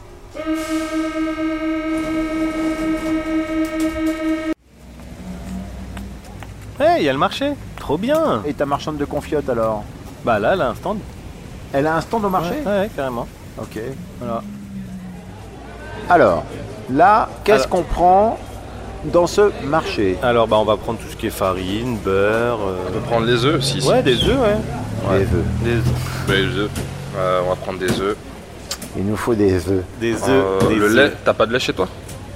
Speaker 3: Hey, Eh, il y a le marché. Trop bien.
Speaker 2: Et ta marchande de confiote alors
Speaker 3: Bah là, là, un stand.
Speaker 2: Elle a un stand au marché
Speaker 3: Ouais, ouais, carrément.
Speaker 2: Ok.
Speaker 3: Voilà.
Speaker 2: Alors, là, qu'est-ce
Speaker 3: Alors-
Speaker 2: qu'on prend dans ce marché
Speaker 3: Alors, bah, on va prendre tout ce qui est farine, beurre. euh,
Speaker 4: On peut prendre les œufs aussi.
Speaker 3: Ouais, des œufs, ouais.
Speaker 2: Des œufs.
Speaker 3: Des,
Speaker 4: Ouais, les œufs. Euh, on va prendre des œufs.
Speaker 2: Il nous faut des œufs.
Speaker 3: des
Speaker 4: Euh,
Speaker 3: œufs. des
Speaker 4: le
Speaker 3: œufs.
Speaker 4: lait, t'as pas de lait chez toi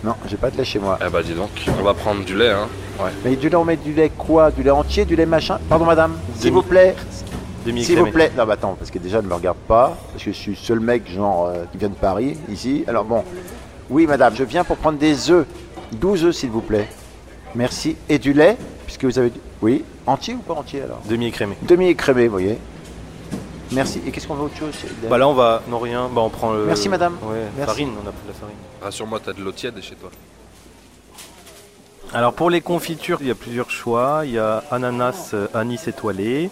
Speaker 2: Non, j'ai pas de lait chez moi.
Speaker 4: Eh bah dis donc, on va prendre du lait hein. Ouais.
Speaker 2: Mais du lait, on met du lait quoi Du lait entier, du lait machin Pardon, madame, s'il vous
Speaker 3: Demi-
Speaker 2: plaît. S'il vous
Speaker 3: Demi-écrémé.
Speaker 2: plaît. Non, bah attends, parce que déjà, ne me regarde pas. Parce que je suis le seul mec, genre, euh, qui vient de Paris, ici. Alors bon. Oui, madame, je viens pour prendre des œufs. 12 œufs, s'il vous plaît. Merci. Et du lait Puisque vous avez. du- Oui Entier ou pas entier alors
Speaker 3: Demi-écrémé.
Speaker 2: Demi-écrémé, vous voyez. Merci. Et qu'est-ce qu'on veut autre chose
Speaker 3: Bah là, on va. Non, rien. Bah, on prend le.
Speaker 2: Merci, madame.
Speaker 3: Ouais,
Speaker 2: Merci.
Speaker 3: farine, on a pris de la farine.
Speaker 4: Rassure-moi, t'as de l'eau tiède chez toi.
Speaker 3: Alors pour les confitures, il y a plusieurs choix. Il y a ananas, euh, anis étoilé,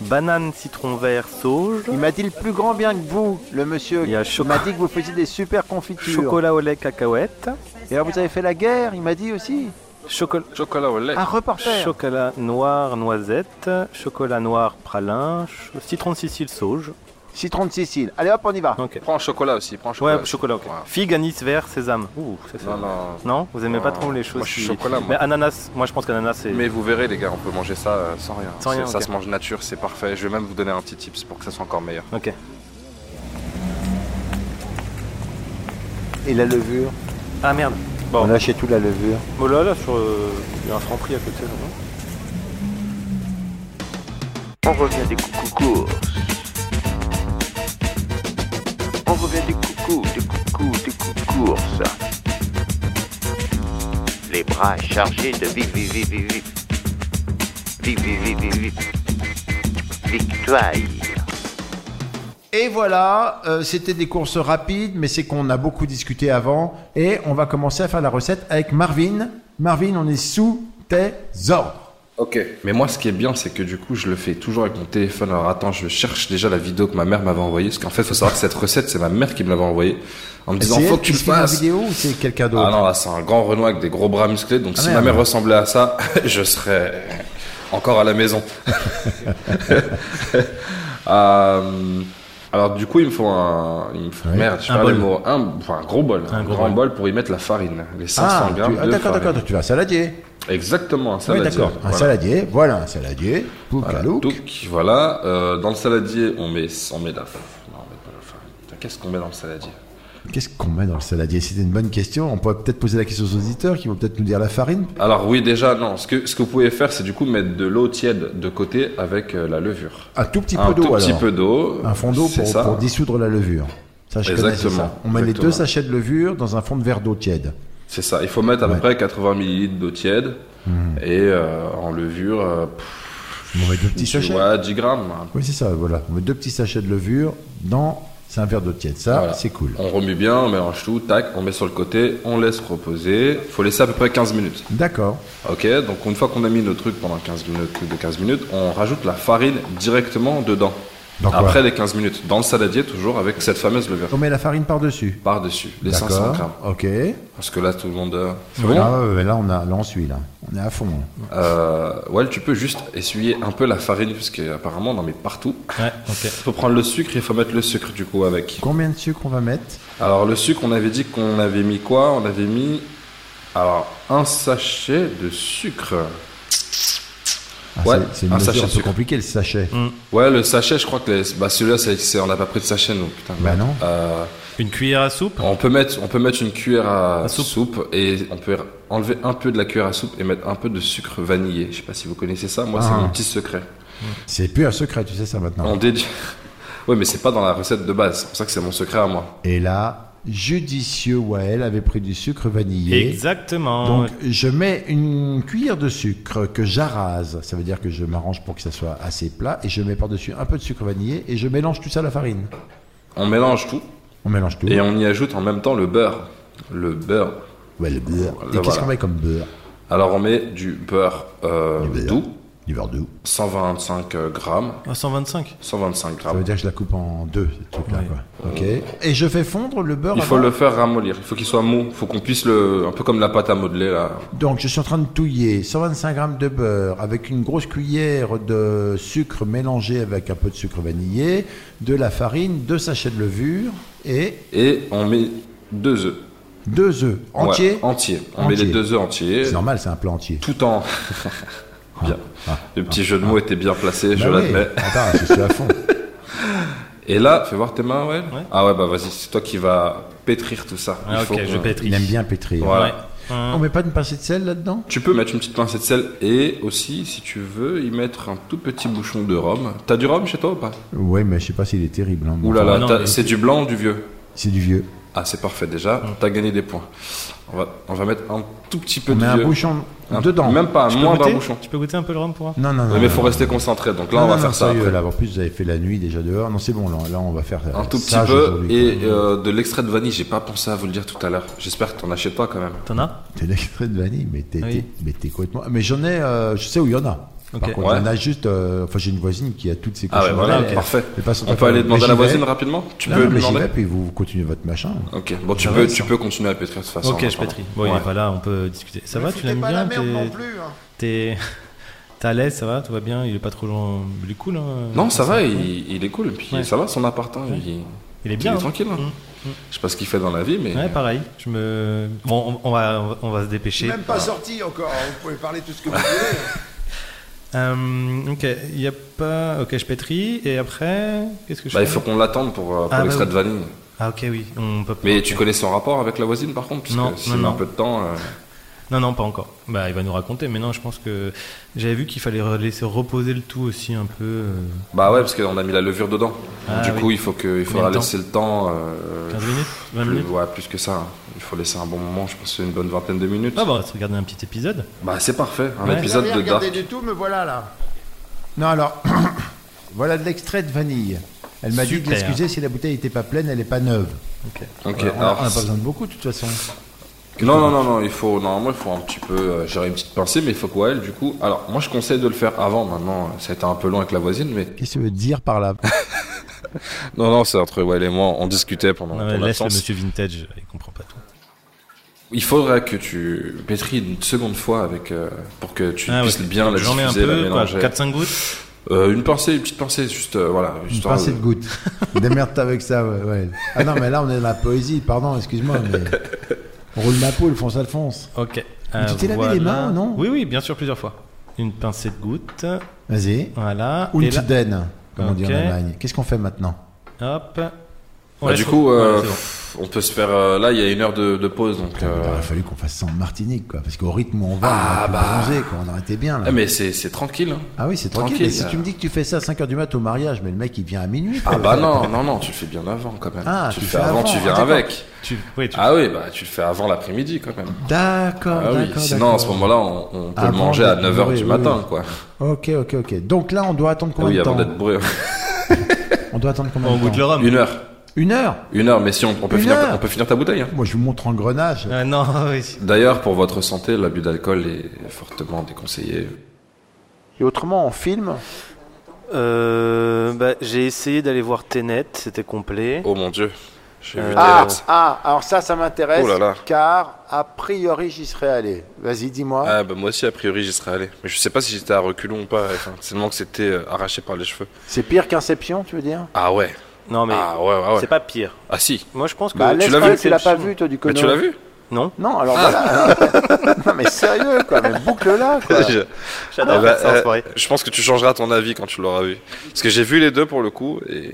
Speaker 3: banane, citron vert, sauge,
Speaker 2: Il m'a dit le plus grand bien que vous, le monsieur.
Speaker 3: Il y a
Speaker 2: m'a
Speaker 3: chocolat.
Speaker 2: dit que vous faisiez des super confitures.
Speaker 3: chocolat au lait, cacahuète,
Speaker 2: Et alors vous avez fait la guerre, il m'a dit aussi.
Speaker 3: chocolat,
Speaker 4: Chocolat au lait.
Speaker 3: Ah.
Speaker 2: Un reporter.
Speaker 3: chocolat noir, noisette, chocolat noir, pralin, ch- citron de Sicile, sauge.
Speaker 2: Citron de Sicile. Allez hop, on y va.
Speaker 3: Ok.
Speaker 4: Prends un chocolat aussi, prends un chocolat.
Speaker 3: Ouais, chocolat, ok.
Speaker 4: Ouais.
Speaker 3: Figue, anis vert, sésame. Ouh, ça, c'est-
Speaker 4: Non, non.
Speaker 3: Non, vous aimez pas
Speaker 4: Non,
Speaker 3: trop les choses
Speaker 4: moi, je suis
Speaker 3: qui-
Speaker 4: chocolat, moi.
Speaker 3: Mais ananas, moi je pense qu'ananas c'est.
Speaker 4: Mais vous verrez les gars, on peut manger ça euh, sans rien.
Speaker 3: Sans
Speaker 4: C'est-
Speaker 3: rien,
Speaker 4: ça
Speaker 3: ok.
Speaker 4: se mange nature, c'est parfait. Je vais même vous donner un petit tips pour que ça soit encore meilleur.
Speaker 3: Ok.
Speaker 2: Et la levure
Speaker 3: Ah merde.
Speaker 2: On
Speaker 3: Bon,
Speaker 2: a chez tout la levure.
Speaker 3: oh là là, sur. euh, Il y a un franc prix à côté. là,
Speaker 1: On revient des coucou courses. On revient des coucou, des coucou, des coucou courses.
Speaker 6: les bras chargés de vif, vif, vif, vif, vif. Vif, vif, vif, vif, vif. Victoire.
Speaker 2: Et voilà, euh, c'était des courses rapides, mais c'est qu'on a beaucoup discuté avant. Et on va commencer à faire la recette avec Marvin. Marvin, on est sous tes ordres.
Speaker 4: Ok. Mais moi, ce qui est bien, c'est que du coup, je le fais toujours avec mon téléphone. Alors attends, je cherche déjà la vidéo que ma mère m'avait envoyée. Parce qu'en fait, faut savoir que cette recette, c'est ma mère qui me l'avait envoyée. En me disant,
Speaker 2: C'est
Speaker 4: Eh ben, faut
Speaker 2: elle
Speaker 4: que tu le
Speaker 2: qui fait la
Speaker 4: fasses.
Speaker 2: vidéo ou c'est quelqu'un d'autre
Speaker 4: Ah non, là, c'est un grand Renault avec des gros bras musclés. Donc si
Speaker 2: Ah merde.
Speaker 4: ma mère ressemblait à ça, je serais encore à la maison. Euh, alors du coup, il me faut un, il me faut-
Speaker 2: Ouais.
Speaker 4: merde, je
Speaker 3: Un
Speaker 4: perds les
Speaker 3: bol.
Speaker 4: mots. Un, enfin, un gros bol, un,
Speaker 3: gros
Speaker 4: grand
Speaker 3: bol.
Speaker 4: bol pour y mettre la farine, les 500
Speaker 2: Ah, tu-
Speaker 4: grammes
Speaker 2: ah,
Speaker 4: de
Speaker 2: d'accord,
Speaker 4: farine.
Speaker 2: d'accord, donc tu vas saladier.
Speaker 4: Exactement, un
Speaker 2: Oui,
Speaker 4: saladier.
Speaker 2: d'accord. Un
Speaker 4: Voilà.
Speaker 2: saladier, voilà un saladier.
Speaker 4: Voilà,
Speaker 2: Poucalouk.
Speaker 4: donc, voilà. Euh, dans le saladier, on met, on met de la farine. Non, on met pas de la farine. Putain, Qu'est-ce qu'on met dans le saladier
Speaker 2: Qu'est-ce qu'on met dans le saladier C'était une bonne question. On pourrait peut-être poser la question aux auditeurs qui vont peut-être nous dire la farine.
Speaker 4: Alors oui, déjà, non. Ce que, ce que vous pouvez faire, c'est du coup mettre de l'eau tiède de côté avec euh, la levure.
Speaker 2: Un tout petit
Speaker 4: Ah, un
Speaker 2: peu d'eau
Speaker 4: tout
Speaker 2: alors.
Speaker 4: petit peu d'eau.
Speaker 2: Un fond d'eau
Speaker 4: c'est
Speaker 2: pour,
Speaker 4: ça.
Speaker 2: pour dissoudre la levure. Ça, je connais, c'est
Speaker 4: Exactement.
Speaker 2: ça. On met les
Speaker 4: Exactement.
Speaker 2: deux sachets de levure dans un fond de verre d'eau tiède.
Speaker 4: C'est ça. Il faut mettre à peu
Speaker 2: Ouais. Hmm.
Speaker 4: près 80 ml d'eau tiède et euh, en levure. euh, pff,
Speaker 2: On met deux petits
Speaker 4: tu
Speaker 2: sachets.
Speaker 4: vois, 10 grammes.
Speaker 2: Oui, c'est ça, voilà. On met deux petits sachets de levure dans. C'est un verre d'eau tiède. Ça,
Speaker 4: Voilà.
Speaker 2: c'est cool.
Speaker 4: On remue bien, on mélange tout, tac, on met sur le côté, on laisse reposer. Faut laisser à peu près 15 minutes.
Speaker 2: D'accord.
Speaker 4: Ok, donc une fois qu'on a mis nos trucs pendant 15 minutes, truc de 15 minutes, on rajoute la farine directement dedans.
Speaker 2: Dans quoi
Speaker 4: Après les 15 minutes, dans le saladier toujours avec cette fameuse levure
Speaker 2: On met la farine par-dessus.
Speaker 4: par-dessus, les 500 grammes.
Speaker 2: D'accord. Ok.
Speaker 4: Parce que là, tout le monde. euh, c'est bon
Speaker 2: Là, euh, là, on a, là, on suit, là. On est à fond. là.
Speaker 4: Euh, ouais, tu peux juste essuyer un peu la farine, parce qu'apparemment, on en met partout.
Speaker 3: Ouais, ok.
Speaker 4: Il faut prendre le sucre, il faut mettre le sucre du coup avec.
Speaker 2: Combien de sucre on va mettre
Speaker 4: Alors, le sucre, on avait dit qu'on avait mis quoi On avait mis. Alors, un sachet de sucre.
Speaker 2: Ah,
Speaker 4: Ouais,
Speaker 2: c'est- C'est une
Speaker 4: un
Speaker 2: mesure
Speaker 4: sachet
Speaker 2: un
Speaker 4: de
Speaker 2: peu
Speaker 4: sucre.
Speaker 2: compliquée, le sachet.
Speaker 4: Ouais, le sachet, je crois que les... bah, celui-là, c'est- c'est- on n'a pas pris de sachet, nous. Putain,
Speaker 2: Bah
Speaker 4: merde.
Speaker 2: non.
Speaker 4: Euh,
Speaker 3: Une cuillère à soupe.
Speaker 4: on, peut mettre, on peut mettre une cuillère à,
Speaker 3: À soupe.
Speaker 4: soupe. et on peut enlever un peu de la cuillère à soupe et mettre un peu de sucre vanillé. Je sais pas si vous connaissez ça, moi, c'est
Speaker 2: Ah.
Speaker 4: mon petit secret.
Speaker 2: C'est plus un secret, tu sais ça maintenant.
Speaker 4: On déduit. Ouais, mais c'est pas dans la recette de base. C'est pour ça que c'est mon secret à moi.
Speaker 2: Et là, judicieux Wael avait pris du sucre vanillé.
Speaker 4: Ah
Speaker 3: Exactement.
Speaker 2: Donc, je mets une cuillère de sucre que j'arrase. Ça veut dire que je m'arrange pour que ça soit assez plat. Et je mets par-dessus un peu de sucre vanillé et je mélange tout ça à la farine.
Speaker 4: On mélange tout
Speaker 2: On mélange tout.
Speaker 4: et on y ajoute en même temps le beurre. Le beurre.
Speaker 2: Ouais, le beurre.
Speaker 4: Voilà,
Speaker 2: et qu'est-ce
Speaker 4: voilà.
Speaker 2: qu'on met comme beurre
Speaker 4: Alors on met du beurre, euh,
Speaker 2: Du beurre.
Speaker 4: doux,
Speaker 2: Du beurre doux.
Speaker 4: 125 grammes.
Speaker 3: Ah, 125.
Speaker 2: Ça
Speaker 4: 125
Speaker 2: veut
Speaker 4: grammes.
Speaker 2: dire que je la coupe en deux, ce truc-là,
Speaker 3: Ouais.
Speaker 2: quoi. Ok. Et je fais fondre le beurre
Speaker 4: Il faut
Speaker 2: avant
Speaker 4: le faire ramollir, il faut qu'il soit mou, il faut qu'on puisse le... un peu comme la pâte à modeler là.
Speaker 2: Donc, je suis en train de touiller 125 grammes de beurre avec une grosse cuillère de sucre mélangé avec un peu de sucre vanillé, de la farine, deux sachets de levure et
Speaker 4: Et on met deux œufs.
Speaker 2: deux œufs entiers.
Speaker 4: Ouais, Entiers. On met
Speaker 2: Entiers.
Speaker 4: les deux œufs entiers.
Speaker 2: C'est normal, c'est un plat entier.
Speaker 4: Tout en... bien.
Speaker 2: Ah,
Speaker 4: Le petit jeu de mots était bien placé, je
Speaker 2: Bah oui,
Speaker 4: l'admets.
Speaker 2: Attends, je suis à fond.
Speaker 4: Et là, fais voir tes mains, ouais.
Speaker 3: Ouais.
Speaker 4: Ah ouais, bah vas-y, c'est toi qui va pétrir tout ça.
Speaker 3: Ah,
Speaker 4: Il
Speaker 3: ok,
Speaker 4: faut
Speaker 3: je
Speaker 4: qu'on-
Speaker 3: pétris.
Speaker 2: Il aime bien pétrir.
Speaker 4: Voilà.
Speaker 3: Ouais.
Speaker 2: On met pas une pincée de sel là-dedans
Speaker 4: Tu peux mettre une petite pincée de sel et aussi, si tu veux, y mettre un tout petit bouchon de rhum. T'as du rhum chez toi ou pas
Speaker 2: Oui, mais je sais pas s'il est terrible. hein, mais
Speaker 4: Ouh là
Speaker 2: enfin,
Speaker 4: là,
Speaker 3: non,
Speaker 4: t'as-
Speaker 3: mais-
Speaker 4: c'est du blanc ou du vieux
Speaker 2: C'est du vieux.
Speaker 4: Ah, c'est parfait déjà,
Speaker 3: Mm.
Speaker 4: t'as gagné des points. On va, on va mettre un tout petit peu
Speaker 2: On
Speaker 4: de
Speaker 2: met un
Speaker 4: vieux.
Speaker 2: bouchon
Speaker 4: Un-
Speaker 2: dedans.
Speaker 4: Même pas,
Speaker 3: Tu peux
Speaker 4: moins d'un
Speaker 3: goûter
Speaker 4: bouchon.
Speaker 3: Tu peux goûter un peu le rhum pour moi
Speaker 2: Non, non, non.
Speaker 4: Mais il
Speaker 2: non,
Speaker 4: faut
Speaker 2: non.
Speaker 4: rester concentré, donc là
Speaker 2: Non,
Speaker 4: on va
Speaker 2: non,
Speaker 4: faire ça.
Speaker 2: sérieux,
Speaker 4: après.
Speaker 2: là. En plus, vous avez fait la nuit déjà dehors. Non, c'est bon. Là, là, on va faire euh,
Speaker 4: Un tout petit
Speaker 2: sage
Speaker 4: peu
Speaker 2: aujourd'hui,
Speaker 4: et
Speaker 2: quoi.
Speaker 4: euh, de l'extrait de vanille, j'ai pas pensé à vous le dire tout à l'heure. J'espère que t'en as chez toi quand même.
Speaker 3: T'en as
Speaker 2: T'es l'extrait de vanille, mais t'es
Speaker 3: Oui.
Speaker 2: t'es- mais t'es complètement. Mais j'en ai, euh, je sais où il y en a. Par
Speaker 3: Ok.
Speaker 2: contre, il y en
Speaker 4: Ouais.
Speaker 2: a juste. euh, enfin, j'ai une voisine qui a toutes ces
Speaker 4: Ah ouais, voilà,
Speaker 2: Elle- elle-
Speaker 4: parfait.
Speaker 2: elle passe son
Speaker 4: On peut
Speaker 2: temps-
Speaker 4: aller
Speaker 2: mais
Speaker 4: demander à
Speaker 2: j'y
Speaker 4: la
Speaker 2: vais.
Speaker 4: voisine rapidement Tu
Speaker 2: Non,
Speaker 4: peux
Speaker 2: non,
Speaker 4: lui
Speaker 2: mais j'y vais,
Speaker 4: demander
Speaker 2: puis vous vous continuez votre machin.
Speaker 4: Ok, bon, tu
Speaker 2: Ah
Speaker 4: peux,
Speaker 2: ouais,
Speaker 4: tu
Speaker 2: ça.
Speaker 4: peux continuer à pétrir de toute façon.
Speaker 3: Ok, je pétris. Bon, il
Speaker 4: Ouais.
Speaker 3: est pas là, on peut discuter. Ça va, tu l'aimes bien t'es-
Speaker 2: plus. hein.
Speaker 3: T'es t'es à l'aise, ça va, tout va bien, il est pas trop long. Il est cool, hein
Speaker 4: Non, ça va, il, il est cool. Puis
Speaker 3: Ouais.
Speaker 4: ça va, son appartement, il,
Speaker 3: Il est
Speaker 4: il
Speaker 3: bien. hein.
Speaker 4: est tranquille. hein. Je sais pas ce qu'il fait dans la vie, mais.
Speaker 3: Ouais, pareil. Je me. Bon, on, on va, on va- on va se dépêcher.
Speaker 2: pas sorti encore. hein. Vous pouvez parler tout ce que vous voulez.
Speaker 3: Euh, ok, il y a pas. Ok, je pétris et après, qu'est-ce que je
Speaker 4: Bah, il
Speaker 3: fais
Speaker 4: faut qu'on l'attende pour, euh, pour
Speaker 3: Ah, bah
Speaker 4: l'extrait
Speaker 3: oui.
Speaker 4: de vanille.
Speaker 3: Ah ok, oui, on peut.
Speaker 4: Mais
Speaker 3: ok.
Speaker 4: tu connais son rapport avec la voisine par contre Parce
Speaker 3: Non,
Speaker 4: que s'il
Speaker 3: non,
Speaker 4: met un
Speaker 3: non.
Speaker 4: peu de temps. euh,
Speaker 3: Non, non, pas encore. Bah, il va nous raconter. Mais non, je pense que j'avais vu qu'il fallait re- laisser reposer le tout aussi un peu. euh,
Speaker 4: Bah ouais, parce qu'on a mis la levure dedans.
Speaker 3: Ah,
Speaker 4: du
Speaker 3: oui.
Speaker 4: coup, il faut que, il faudra
Speaker 3: de temps
Speaker 4: laisser le temps. euh,
Speaker 3: 15 minutes, 20
Speaker 4: plus-
Speaker 3: minutes.
Speaker 4: Ouais, plus que ça. hein. Il faut laisser un bon moment, je pense une bonne vingtaine de minutes.
Speaker 3: Ah bah, on va se regarder un petit épisode.
Speaker 4: Bah c'est parfait, un
Speaker 3: Ouais.
Speaker 4: épisode de Dark.
Speaker 2: du tout, me voilà là. Non, alors, voilà de l'extrait de vanille. Elle m'a dit de
Speaker 3: Super.
Speaker 2: l'excuser si la bouteille n'était pas pleine, elle n'est pas neuve.
Speaker 4: Ok,
Speaker 2: Voilà, on a-
Speaker 4: alors,
Speaker 2: on n'a pas besoin de beaucoup, de toute façon.
Speaker 4: Non, non, non, non, il faut, normalement, il faut un petit peu euh, gérer une petite pincée, mais il faut quoi, elle, du coup. Alors, moi, je conseille de le faire avant, maintenant, euh, ça a été un peu long avec la voisine, mais.
Speaker 2: Qu'est-ce que tu veux dire par là
Speaker 4: Non, non, c'est entre Well et moi, on discutait pendant
Speaker 3: Non,
Speaker 4: ton
Speaker 3: mais laisse le
Speaker 4: absence.
Speaker 3: monsieur vintage, il comprend pas tout.
Speaker 4: Il faudrait que tu pétris une seconde fois avec, euh, pour que tu
Speaker 3: Ah,
Speaker 4: puisses
Speaker 3: ouais.
Speaker 4: bien la
Speaker 3: J'en mets un
Speaker 4: diffuser, la
Speaker 3: peu, quoi,
Speaker 4: mélanger.
Speaker 3: 4-5 gouttes.
Speaker 4: Euh, une pincée, une petite pincée, juste, euh, voilà.
Speaker 2: Une
Speaker 4: histoire
Speaker 2: pincée
Speaker 4: de-
Speaker 2: de goutte. Démerde-toi avec ça, ouais, ouais. Ah non, mais là, on est dans la poésie, pardon, excuse-moi, mais. On roule ma poule, fonce Alphonse.
Speaker 3: Ok. Euh,
Speaker 2: tu t'es lavé les mains, non
Speaker 3: Oui, oui, bien sûr, plusieurs fois. Une pincée de gouttes.
Speaker 2: Vas-y.
Speaker 3: Voilà. Et là-
Speaker 2: Untuden, comme on dit en
Speaker 3: Ok.
Speaker 2: Allemagne. Qu'est-ce qu'on fait maintenant
Speaker 3: Hop. On
Speaker 4: Bah,
Speaker 3: laisse-
Speaker 4: du coup,
Speaker 3: Voilà,
Speaker 4: euh,
Speaker 3: c'est bon.
Speaker 4: on peut se faire. euh, là, il y a une heure de, de pause, donc. euh,
Speaker 2: Il aurait fallu qu'on fasse ça en Martinique, quoi. Parce qu'au rythme où on va,
Speaker 4: Ah,
Speaker 2: on aurait pu
Speaker 4: bah.
Speaker 2: bronzer, quoi. On aurait été bien, là.
Speaker 4: eh, mais c'est c'est tranquille. hein.
Speaker 2: Ah oui, c'est tranquille.
Speaker 4: Tranquille,
Speaker 2: mais si
Speaker 4: euh.
Speaker 2: tu me dis que tu fais ça à 5h du mat au mariage, mais le mec il vient à minuit.
Speaker 4: Ah
Speaker 2: quoi.
Speaker 4: bah non, non, non, tu le fais bien avant quand même.
Speaker 2: Ah,
Speaker 4: tu le fais avant, tu
Speaker 2: ah,
Speaker 4: viens
Speaker 2: d'accord.
Speaker 4: avec.
Speaker 3: Tu- oui, tu-
Speaker 4: Ah oui, bah tu le fais avant l'après-midi quand même.
Speaker 2: D'accord,
Speaker 4: Ah oui,
Speaker 2: d'accord.
Speaker 4: sinon
Speaker 2: d'accord.
Speaker 4: à ce moment-là, on, on peut le
Speaker 2: Avant
Speaker 4: manger à
Speaker 2: d'être
Speaker 4: 9h
Speaker 2: bourré,
Speaker 4: du
Speaker 2: oui,
Speaker 4: matin,
Speaker 2: oui.
Speaker 4: quoi.
Speaker 2: Ok, ok, ok. Donc là, on doit attendre
Speaker 4: Ah
Speaker 2: combien
Speaker 4: oui,
Speaker 2: de
Speaker 4: avant
Speaker 2: temps
Speaker 4: d'être bourré.
Speaker 2: On doit attendre combien
Speaker 3: on
Speaker 2: de temps
Speaker 3: goûte le rhum.
Speaker 4: Une heure.
Speaker 2: Une heure
Speaker 4: Une heure, mais si on, on peut,
Speaker 2: Une
Speaker 4: finir,
Speaker 2: heure
Speaker 4: on peut finir ta bouteille. hein.
Speaker 2: Moi, je vous montre en grenage.
Speaker 3: Ah, non, oui.
Speaker 4: D'ailleurs, pour votre santé, l'abus d'alcool est fortement déconseillé.
Speaker 2: Et autrement, on filme.
Speaker 7: Euh, bah, j'ai essayé d'aller voir Tenet, c'était complet.
Speaker 4: Oh mon dieu, j'ai vu
Speaker 7: Euh,
Speaker 4: des
Speaker 2: Ah,
Speaker 4: lettres.
Speaker 2: ah, alors ça, ça m'intéresse.
Speaker 4: Oh là là.
Speaker 2: Car a priori, j'y serais allé. Vas-y, dis-moi.
Speaker 4: Ah bah moi aussi a priori j'y serais allé, mais je sais pas si j'étais à reculons ou pas, enfin, tellement que c'était euh, arraché par les cheveux.
Speaker 2: C'est pire qu'Inception, tu veux dire
Speaker 4: Ah ouais,
Speaker 7: Non, mais
Speaker 4: ah ouais, ouais,
Speaker 7: c'est
Speaker 4: ouais.
Speaker 7: pas pire.
Speaker 4: Ah si,
Speaker 7: Moi, je pense que.
Speaker 2: Bah, laisse
Speaker 4: tu l'as
Speaker 2: parler,
Speaker 4: vu,
Speaker 2: tu l'as pas
Speaker 7: Inception
Speaker 2: vu, toi, du
Speaker 4: mais
Speaker 2: connu.
Speaker 4: tu l'as vu Ah.
Speaker 7: Non,
Speaker 2: Non, alors voilà. non, mais sérieux, quoi. Mais boucle-là, quoi.
Speaker 4: Je-
Speaker 7: j'adore
Speaker 4: Ah bah,
Speaker 7: faire ça en
Speaker 4: euh,
Speaker 7: soirée.
Speaker 4: Je pense que tu changeras ton avis quand tu l'auras vu. Parce que j'ai vu les deux pour le coup. Et...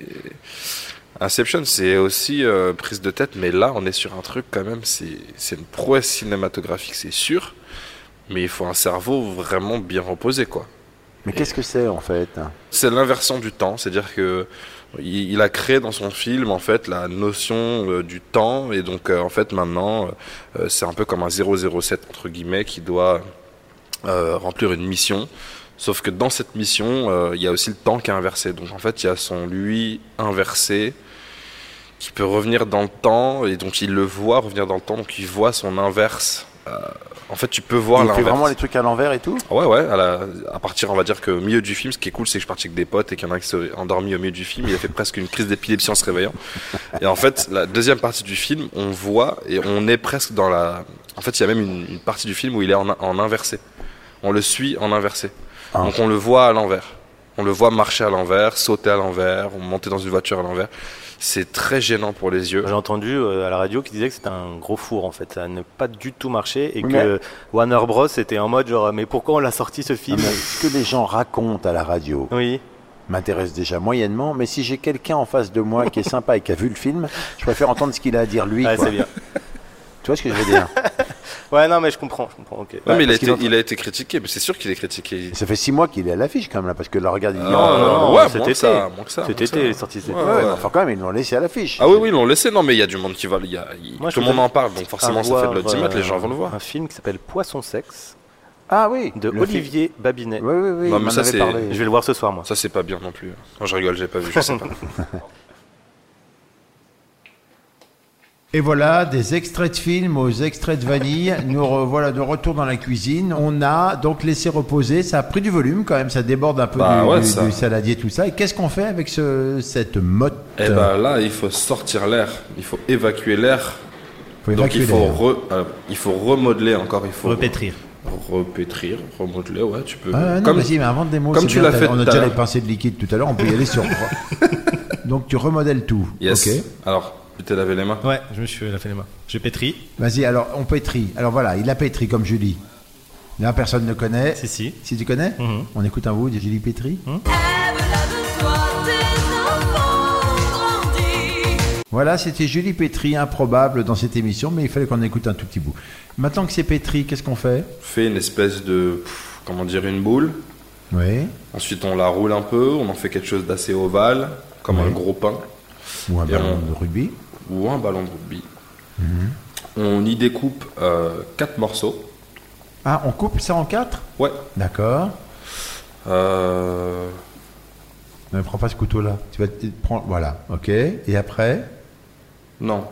Speaker 4: Inception, c'est aussi euh, prise de tête, mais là, on est sur un truc quand même. C'est c'est une prouesse cinématographique, c'est sûr. Mais il faut un cerveau vraiment bien reposé, quoi.
Speaker 2: Mais qu'est-ce que c'est, en fait
Speaker 4: C'est l'inversion du temps, c'est-à-dire que il il a créé dans son film en fait la notion euh, du temps et donc euh, en fait maintenant euh, c'est un peu comme un 007 entre guillemets qui doit euh, remplir une mission. Sauf que dans cette mission, euh, il y a aussi le temps qui est inversé. Donc en fait, il y a son lui inversé qui peut revenir dans le temps, et donc il le voit revenir dans le temps, donc il voit son inverse. Euh, en fait, tu peux voir
Speaker 8: Il fait
Speaker 4: l'inverse.
Speaker 8: vraiment les trucs à l'envers et tout
Speaker 4: Ah Ouais, ouais, à, la- à partir, on va dire que au milieu du film, ce qui est cool, c'est que je suis parti avec des potes et qu'il y en a un qui s'est endormi au milieu du film. Il a fait presque une crise d'épilepsie en se réveillant. Et en fait, la deuxième partie du film, on voit et on est presque dans la. En fait, il y a même une, une partie du film où il est en, en inversé. On le suit en inversé.
Speaker 8: Ah.
Speaker 4: Donc on le voit à l'envers. On le voit marcher à l'envers, sauter à l'envers, monter dans une voiture à l'envers. C'est très gênant pour les yeux.
Speaker 7: J'ai entendu euh, à la radio qui disait que c'était un gros four en fait, ça n'a pas du tout marché et
Speaker 8: Oui,
Speaker 7: que Warner Bros était en mode genre mais pourquoi on l'a sorti ce
Speaker 8: Ah,
Speaker 7: film
Speaker 8: mais Ce que les gens racontent à la radio
Speaker 7: Oui,
Speaker 8: m'intéresse déjà moyennement, mais si j'ai quelqu'un en face de moi qui est sympa et qui a vu le film, je préfère entendre ce qu'il a à dire lui.
Speaker 4: Ah,
Speaker 7: ouais,
Speaker 8: quoi.
Speaker 7: c'est bien.
Speaker 8: Tu vois ce que je veux dire
Speaker 7: Ouais non mais je comprends, je comprends. ok.
Speaker 4: Ouais, mais il a,
Speaker 8: parce
Speaker 4: été,
Speaker 8: qu'il est en train-
Speaker 4: il a été critiqué, mais c'est sûr qu'il est critiqué.
Speaker 8: Ça fait six mois qu'il est à l'affiche quand même, là, parce que le regard, il dit,
Speaker 4: Euh,
Speaker 8: non, non, non.
Speaker 7: non,
Speaker 4: ouais,
Speaker 7: cet
Speaker 4: moins que
Speaker 7: été.
Speaker 4: ça, moins que ça,
Speaker 7: Cet
Speaker 4: moins que
Speaker 7: été
Speaker 4: ça.
Speaker 7: il est sorti cet
Speaker 4: Ouais,
Speaker 7: été.
Speaker 8: Ouais,
Speaker 4: ouais.
Speaker 8: mais enfin, quand même, ils l'ont laissé à l'affiche.
Speaker 4: Ah oui, oui, ils l'ont laissé. Non, mais il y a du monde qui va. il Y a, il-
Speaker 7: Moi, je
Speaker 4: tout le
Speaker 7: faisais
Speaker 4: monde en parle, donc forcément,
Speaker 7: À
Speaker 4: ça fait de
Speaker 7: voir,
Speaker 4: l'audimat.
Speaker 7: euh,
Speaker 4: les gens vont le voir.
Speaker 7: Un film qui s'appelle Poisson Sexe
Speaker 8: Ah oui
Speaker 7: de
Speaker 8: le film.
Speaker 7: Olivier Babinet.
Speaker 8: Oui, oui, oui.
Speaker 4: Non, mais
Speaker 8: il m'en
Speaker 4: ça,
Speaker 8: avait
Speaker 4: c'est-
Speaker 8: parlé.
Speaker 7: Je vais le voir ce soir moi.
Speaker 4: Ça, c'est pas bien non plus. Non, je rigole, j'ai pas vu. Je sais pas.
Speaker 2: Et voilà, des extraits de films aux extraits de vanille. Nous revoilà de retour dans la cuisine. On a donc laissé reposer. Ça a pris du volume quand même. Ça déborde un peu
Speaker 4: Bah
Speaker 2: du,
Speaker 4: ouais,
Speaker 2: du-
Speaker 4: ça.
Speaker 2: du saladier, tout ça. Et qu'est-ce qu'on fait avec ce, cette motte
Speaker 4: Et ben là, il faut sortir l'air. Il faut évacuer l'air.
Speaker 2: Faut
Speaker 4: Donc il
Speaker 2: évacuer
Speaker 4: faut,
Speaker 2: l'air.
Speaker 4: re- euh, il faut remodeler encore. Il faut
Speaker 3: Repétrir.
Speaker 4: Repétrir, remodeler. Ouais, tu peux.
Speaker 2: Ah, non,
Speaker 4: Comme-
Speaker 2: vas-y, mais invente des mots.
Speaker 4: comme
Speaker 2: c'est
Speaker 4: tu
Speaker 2: bien,
Speaker 4: l'as
Speaker 2: t'as-
Speaker 4: fait
Speaker 2: On a
Speaker 4: tout à
Speaker 2: déjà les
Speaker 4: l'heure.
Speaker 2: pincées de liquide tout à l'heure. On peut y aller sur. donc tu remodèles tout.
Speaker 4: Yes.
Speaker 2: Ok.
Speaker 4: Alors, tu t'es lavé les mains.
Speaker 3: Ouais, je me suis lavé les mains. J'ai pétri.
Speaker 2: Vas-y, alors on pétrit. Alors voilà, il a pétri comme Julie. Là, personne ne connaît.
Speaker 3: Si, si.
Speaker 2: Si tu connais,
Speaker 3: Mhm.
Speaker 2: on écoute un bout de Julie Pétri.
Speaker 5: Mhm.
Speaker 2: Voilà, c'était Julie Pétri, improbable dans cette émission, mais il fallait qu'on écoute un tout petit bout. Maintenant que c'est Pétri, qu'est-ce qu'on fait
Speaker 4: Fais une espèce de, pff, comment dire, une boule.
Speaker 2: Oui.
Speaker 4: Ensuite, on la roule un peu. On en fait quelque chose d'assez ovale, comme un gros pain.
Speaker 2: Ou un
Speaker 4: Et
Speaker 2: ballon
Speaker 4: on-
Speaker 2: de rugby.
Speaker 4: ou un ballon de rugby. On y découpe euh, quatre morceaux.
Speaker 2: Ah, on coupe ça en quatre
Speaker 4: Ouais.
Speaker 2: D'accord.
Speaker 4: Euh,
Speaker 2: Ne prends pas ce couteau-là. Tu vas te prendre. Voilà. Ok. Et après
Speaker 4: non.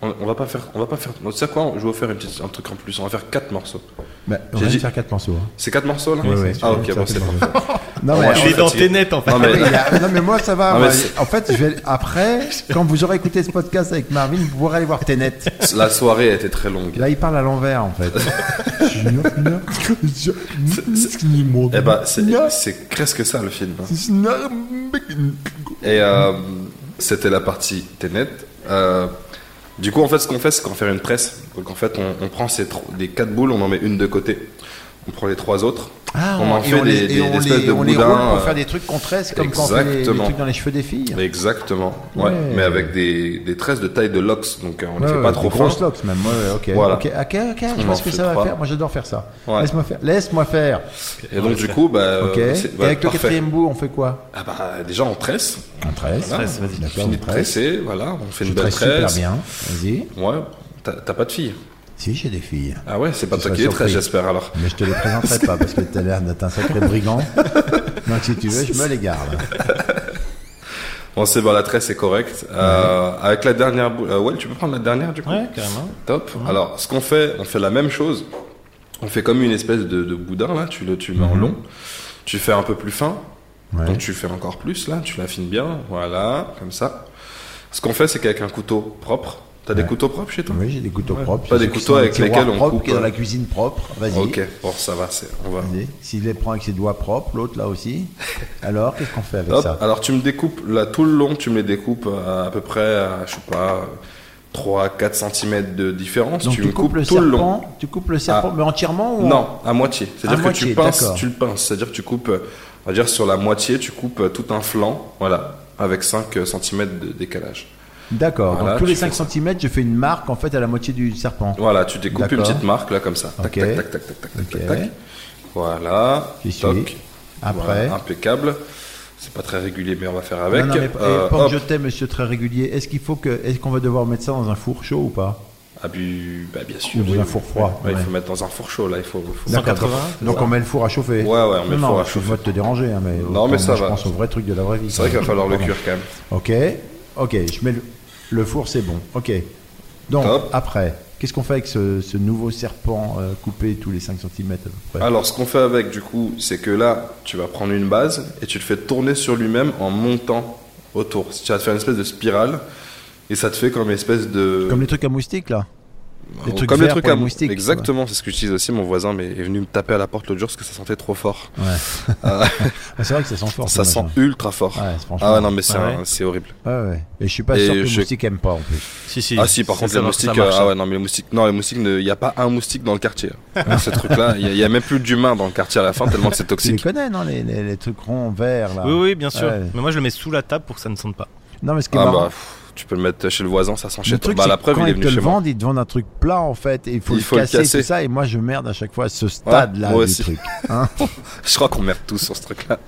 Speaker 4: On, on va pas faire. On va pas faire. Tu sais quoi Je vais vous faire une petite- un truc en plus. On va faire quatre morceaux.
Speaker 2: Bah, On
Speaker 4: J'ai
Speaker 2: va
Speaker 4: dit-
Speaker 2: faire quatre morceaux. hein.
Speaker 4: C'est quatre morceaux là
Speaker 2: Ouais, ouais,
Speaker 4: Ah
Speaker 2: c'est
Speaker 4: ok, bon,
Speaker 2: ça,
Speaker 4: c'est
Speaker 2: c'est
Speaker 4: parfait.
Speaker 2: Non,
Speaker 4: Moi,
Speaker 2: mais
Speaker 4: je
Speaker 3: Il
Speaker 4: suis
Speaker 3: est dans
Speaker 4: fatigué.
Speaker 3: tes nets en fait.
Speaker 4: Non mais,
Speaker 2: Oui, il y a- non mais moi ça va.
Speaker 4: Non,
Speaker 2: moi,
Speaker 4: mais c'est-
Speaker 2: en fait, je vais... après, quand vous aurez écouté ce podcast avec Marvin, vous pourrez aller voir Tenet.
Speaker 4: la soirée a été très longue.
Speaker 2: Là, il parle à l'envers en fait.
Speaker 4: Eh ben, c'est- c'est presque ça le film. hein. Et euh, c'était la partie Tenet. Euh, du coup, en fait, ce qu'on fait, c'est qu'on fait une presse. Donc, en fait, on, on prend ces tro- des quatre boules, on en met une de côté. On prend les trois autres.
Speaker 2: Ah,
Speaker 4: on en
Speaker 2: et
Speaker 4: fait
Speaker 2: on
Speaker 4: des,
Speaker 2: les,
Speaker 4: des-
Speaker 2: et
Speaker 4: des
Speaker 2: on
Speaker 4: espèces
Speaker 2: les-
Speaker 4: de
Speaker 2: on les
Speaker 4: boudins,
Speaker 2: roule pour
Speaker 4: euh,
Speaker 2: faire des trucs qu'on tresse, comme quand on fait les- les,
Speaker 4: Exactement.
Speaker 2: trucs dans les cheveux des filles.
Speaker 4: euh, Exactement. Ouais.
Speaker 2: Ouais.
Speaker 4: Mais avec des, des tresses de taille de lox, donc euh, on ne
Speaker 2: Ouais,
Speaker 4: fait
Speaker 2: ouais,
Speaker 4: pas
Speaker 2: des
Speaker 4: trop fin.
Speaker 2: grosses locks même. Ouais, ouais, ok.
Speaker 4: Voilà.
Speaker 2: Ok, ok, ok, Je
Speaker 4: On
Speaker 2: vois
Speaker 4: en
Speaker 2: ce que
Speaker 4: fait
Speaker 2: ça va
Speaker 4: trois.
Speaker 2: faire. Moi, j'adore faire ça.
Speaker 4: Ouais.
Speaker 2: Laisse-moi faire. Laisse-moi faire.
Speaker 4: Et donc du coup, bah, euh,
Speaker 2: Ok.
Speaker 4: c'est-
Speaker 2: et
Speaker 4: voilà,
Speaker 2: avec le
Speaker 4: parfait.
Speaker 2: quatrième bout, on fait quoi
Speaker 4: Ah bah, déjà on presse,
Speaker 2: On tresse.
Speaker 4: Voilà.
Speaker 3: Presse, vas-y.
Speaker 4: on
Speaker 2: D'accord,
Speaker 4: finit
Speaker 2: on
Speaker 4: de
Speaker 2: tresse.
Speaker 4: presser, voilà, on fait
Speaker 2: Je
Speaker 4: une belle
Speaker 2: tresse super
Speaker 4: tresse.
Speaker 2: bien. Vas-y.
Speaker 4: Ouais, t'as t'as pas de fille.
Speaker 2: Si, j'ai des filles.
Speaker 4: Ah ouais, c'est pas
Speaker 2: Je
Speaker 4: toi
Speaker 2: serais
Speaker 4: qui les tresse,
Speaker 2: surpris.
Speaker 4: j'espère alors.
Speaker 2: Mais je te les présenterai pas parce que t'as l'air d'être un sacré brigand. Donc si tu veux, je me les garde.
Speaker 4: Bon, c'est bon, la tresse est correcte. Euh, Avec la dernière boule, euh, ouais, tu peux prendre la dernière du coup.
Speaker 3: Ouais, carrément.
Speaker 4: Top. Alors, ce qu'on fait, on fait la même chose. On fait comme une espèce de, de boudin, là. Tu le tu le mets en long. Tu fais un peu plus fin.
Speaker 2: Mhm. Ouais.
Speaker 4: Donc, tu le fais encore plus, là. Tu l'affines bien. Voilà, comme ça. Ce qu'on fait, c'est qu'avec un couteau propre. T'as des couteaux propres chez toi
Speaker 2: Oui, j'ai des couteaux propres.
Speaker 4: Pas
Speaker 2: J'ai
Speaker 4: des
Speaker 2: ceux qui
Speaker 4: couteaux
Speaker 2: sont dans le
Speaker 4: avec
Speaker 2: tiroir
Speaker 4: lesquels on
Speaker 2: propre,
Speaker 4: coupe,
Speaker 2: qui est dans
Speaker 4: euh.
Speaker 2: la cuisine propre. Vas-y.
Speaker 4: Ok, bon, ça va. c'est- On va.
Speaker 2: Vas-y. S'il les prend avec ses doigts propres, l'autre là aussi. Alors, qu'est-ce qu'on fait avec
Speaker 4: Hop.
Speaker 2: ça
Speaker 4: Alors, tu me découpes, là, tout le long, tu me les découpes à, à peu près, à, je sais pas, 3-4 cm de différence.
Speaker 2: Donc
Speaker 4: tu
Speaker 2: tu,
Speaker 4: me
Speaker 2: coupes
Speaker 4: coupes
Speaker 2: le
Speaker 4: tout le long.
Speaker 2: serpent, tu coupes le serpent,
Speaker 4: Ah.
Speaker 2: mais entièrement ou
Speaker 4: Non, à moitié.
Speaker 2: À
Speaker 4: C'est-à-dire que
Speaker 2: moitié,
Speaker 4: tu pinces,
Speaker 2: d'accord.
Speaker 4: tu le pinces. C'est-à-dire que tu coupes, euh, on va dire sur la moitié, tu coupes euh, tout un flanc, voilà, avec 5 cm de décalage.
Speaker 2: D'accord.
Speaker 4: Voilà,
Speaker 2: Donc tous les
Speaker 4: tu
Speaker 2: 5
Speaker 4: fais ça.
Speaker 2: cm, je fais une marque en fait à la moitié du serpent.
Speaker 4: Voilà, tu découpes une
Speaker 2: D'accord.
Speaker 4: petite marque là comme ça. Tac,
Speaker 2: Ok.
Speaker 4: tac, tac, tac, tac, tac,
Speaker 2: Ok.
Speaker 4: tac, tac. Voilà.
Speaker 2: J'y suis.
Speaker 4: Toc.
Speaker 2: Après.
Speaker 4: Voilà, impeccable. C'est pas très régulier, mais on va faire avec.
Speaker 2: Non, non, mais,
Speaker 4: Euh,
Speaker 2: et pour
Speaker 4: hop.
Speaker 2: que je t'aime, monsieur très régulier, est-ce qu'il faut que, est-ce qu'on va devoir mettre ça dans un four chaud ou pas
Speaker 4: Ah, bu- bah, bien sûr.
Speaker 2: Ou dans un four froid,
Speaker 4: Ouais,
Speaker 2: ouais.
Speaker 4: Il faut mettre dans un four chaud là. Il faut. faut-
Speaker 3: 180.
Speaker 2: Donc on met le four à chauffer.
Speaker 4: Ouais, ouais, on met le
Speaker 2: Non,
Speaker 4: four à
Speaker 2: je
Speaker 4: chauffer.
Speaker 2: vais te déranger, hein, mais.
Speaker 4: Non, mais
Speaker 2: autant,
Speaker 4: ça
Speaker 2: moi, Je
Speaker 4: va.
Speaker 2: pense au vrai truc de la vraie vie.
Speaker 4: C'est vrai qu'il va falloir le
Speaker 2: Pardon.
Speaker 4: cuire quand même.
Speaker 2: Ok, ok, je mets le. Le four, c'est bon. Ok. Donc,
Speaker 4: Top.
Speaker 2: après, qu'est-ce qu'on fait avec ce, ce nouveau serpent euh, coupé tous les 5 cm
Speaker 4: Alors, ce qu'on fait avec, du coup, c'est que là, tu vas prendre une base et tu le fais tourner sur lui-même en montant autour. Tu vas te faire une espèce de spirale et ça te fait comme une espèce de.
Speaker 2: Comme les trucs à moustiques, là les trucs
Speaker 4: comme
Speaker 2: verts pour
Speaker 4: à
Speaker 2: les moustiques,
Speaker 4: Exactement, c'est ce que j'utilise aussi. Mon voisin mais est venu me taper à la porte l'autre jour parce que ça sentait trop fort.
Speaker 2: Ouais.
Speaker 4: Ah,
Speaker 2: Ah, c'est vrai que ça sent fort.
Speaker 4: ça
Speaker 2: ce
Speaker 4: sent
Speaker 2: machin.
Speaker 4: ultra fort.
Speaker 2: Ouais, c'est franchement.
Speaker 4: ah ouais, non, mais c'est
Speaker 3: Ouais,
Speaker 4: un-
Speaker 3: ouais.
Speaker 4: c'est horrible.
Speaker 2: Ouais, ouais. Et je suis pas
Speaker 4: Et
Speaker 2: sûr que les
Speaker 4: je-
Speaker 2: moustiques aiment pas en plus.
Speaker 3: Si, si.
Speaker 4: Ah si, par
Speaker 3: Ça,
Speaker 4: contre
Speaker 3: ça
Speaker 4: les
Speaker 3: marche, ça marche,
Speaker 4: moustiques,
Speaker 3: hein.
Speaker 4: euh,
Speaker 3: ça.
Speaker 4: ah ouais, non mais les moustiques, non les moustiques, ne- il n'y a pas un moustique dans le quartier. ce truc-là, il n'y a, même plus d'humains dans le quartier à la fin tellement que c'est
Speaker 2: Tu les
Speaker 4: toxique.
Speaker 2: connais, non les, les- les trucs ronds, verts, là
Speaker 3: Oui, oui, bien sûr.
Speaker 2: Ouais.
Speaker 3: Mais moi, je le mets sous la table pour que ça ne sente pas.
Speaker 2: Non, mais ce qui est
Speaker 4: Ah
Speaker 2: marrant,
Speaker 4: bah, pff, tu peux le mettre chez le voisin, ça sent
Speaker 2: le
Speaker 4: chez toi.
Speaker 2: truc,
Speaker 4: Bah
Speaker 2: c'est
Speaker 4: la
Speaker 2: que
Speaker 4: preuve,
Speaker 2: quand
Speaker 4: il est
Speaker 2: ils te
Speaker 4: venu
Speaker 2: le
Speaker 4: chez moi.
Speaker 2: vendent, ils te vendent un truc plat, en fait, et il faut,
Speaker 4: Il
Speaker 2: le,
Speaker 4: faut le
Speaker 2: casser,
Speaker 4: casser.
Speaker 2: tout ça, et moi, je merde à chaque fois ce stade-là
Speaker 4: moi
Speaker 2: du
Speaker 4: aussi.
Speaker 2: truc.
Speaker 4: Je crois qu'on merde tous sur ce truc-là.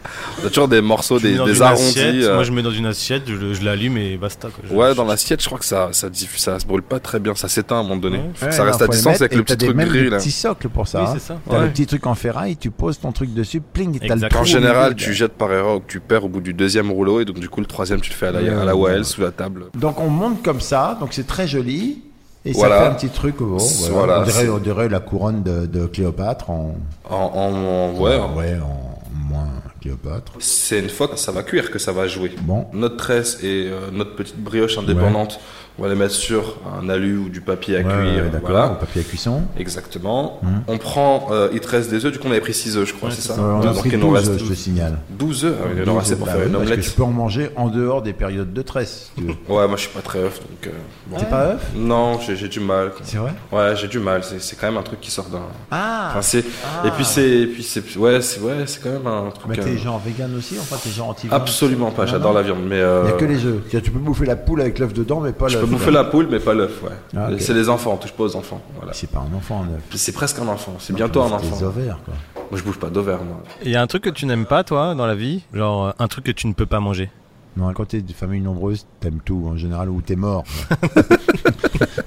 Speaker 4: On a toujours des morceaux,
Speaker 3: Je le mets
Speaker 4: des,
Speaker 3: dans
Speaker 4: des
Speaker 3: une
Speaker 4: arrondis.
Speaker 3: assiette,
Speaker 4: euh,
Speaker 3: Moi, je le mets dans une assiette, je, le- je l'allume et basta. quoi. Je-
Speaker 4: Ouais,
Speaker 3: je-
Speaker 4: dans l'assiette, je crois que ça, ça, diff- ça se brûle pas très bien, ça s'éteint à un moment donné.
Speaker 3: Ouais.
Speaker 4: Faut que ça
Speaker 2: Ouais,
Speaker 4: reste
Speaker 2: non,
Speaker 4: à
Speaker 2: faut les
Speaker 4: distance
Speaker 2: mettre,
Speaker 4: avec
Speaker 2: et
Speaker 4: le
Speaker 2: t'as
Speaker 4: petit
Speaker 2: des-
Speaker 4: truc
Speaker 2: même
Speaker 4: gris
Speaker 2: des
Speaker 4: là.
Speaker 2: petits socles pour ça.
Speaker 3: Oui,
Speaker 2: hein.
Speaker 3: c'est ça.
Speaker 2: T'as
Speaker 4: Ouais.
Speaker 2: le petit truc en ferraille, tu poses ton truc dessus, pling, t'as le
Speaker 3: Exact.
Speaker 2: trou
Speaker 4: En
Speaker 2: au
Speaker 4: général,
Speaker 2: milieu,
Speaker 4: tu
Speaker 2: là.
Speaker 4: jettes par erreur ou que tu perds au bout du deuxième rouleau et donc du coup le troisième tu le fais à la,
Speaker 2: Ouais,
Speaker 4: à la
Speaker 2: ouais,
Speaker 4: OAL
Speaker 2: ouais.
Speaker 4: sous la table.
Speaker 2: Donc on monte comme ça, donc c'est très joli. Et
Speaker 4: Voilà.
Speaker 2: ça fait un petit truc, oh, voilà.
Speaker 4: Voilà,
Speaker 2: on, dirait,
Speaker 4: c'est-
Speaker 2: on dirait la couronne de, de Cléopâtre en,
Speaker 4: En, en- en- ouais, en-
Speaker 2: ouais, en moins Cléopâtre.
Speaker 4: c'est une fois que ça va cuire que ça va jouer.
Speaker 2: Bon,
Speaker 4: Notre tresse et euh, notre petite brioche indépendante, on va les mettre sur un alu ou du papier à
Speaker 2: Ouais, ouais,
Speaker 4: cuire.
Speaker 2: d'accord, Hmm. au
Speaker 4: voilà.
Speaker 2: papier à cuisson.
Speaker 4: Exactement. On prend, euh, il te reste des œufs, du coup on avait pris 6 œufs, je crois, c'est ça
Speaker 2: Euh, on
Speaker 4: Deux,
Speaker 2: a
Speaker 4: donc
Speaker 2: pris
Speaker 4: il nous
Speaker 2: 12,
Speaker 4: reste
Speaker 2: je te signale.
Speaker 4: 12 œufs. Ah oui, il en
Speaker 2: Donc,
Speaker 4: reste pour
Speaker 2: bah
Speaker 4: faire
Speaker 2: oui,
Speaker 4: une
Speaker 2: parce que
Speaker 4: omelette. Ah
Speaker 2: je peux en manger en dehors des périodes de tresse. Tu veux.
Speaker 4: Ouais, moi je suis pas très œuf donc. euh, bon.
Speaker 2: T'es pas œuf
Speaker 4: Non, j'ai j'ai du mal. quoi.
Speaker 2: C'est vrai
Speaker 4: Ouais, j'ai du mal. C'est c'est quand même un truc qui sort d'un.
Speaker 2: Ah
Speaker 4: Enfin, c'est- Et puis c'est, et puis c'est, ouais, c'est ouais, c'est quand même un truc.
Speaker 2: Mais
Speaker 4: euh,
Speaker 2: Bah, t'es genre vegan aussi, enfin t'es genre anti
Speaker 4: Absolument pas.
Speaker 2: Non,
Speaker 4: J'adore
Speaker 2: non.
Speaker 4: la viande, mais. euh,
Speaker 2: Il n'y a que les œufs. Tu peux bouffer la poule avec l'œuf dedans, mais pas
Speaker 4: Je
Speaker 2: l'œuf.
Speaker 4: peux bouffer
Speaker 2: quoi.
Speaker 4: la poule, mais pas l'œuf. Ouais.
Speaker 2: Ah, ok.
Speaker 4: C'est les enfants. On touche pas aux enfants. Voilà.
Speaker 2: C'est pas un enfant, un œuf.
Speaker 4: C'est presque un enfant. C'est bientôt un
Speaker 2: C'est
Speaker 4: enfant.
Speaker 2: des ovaires, quoi.
Speaker 4: Moi, je bouge pas d'ovaire, moi.
Speaker 3: Il y a un truc que tu n'aimes pas, toi, dans la vie Genre, euh, un truc que tu ne peux pas manger.
Speaker 2: Non, quand t'es de famille nombreuse, t'aimes tout en général ou t'es mort.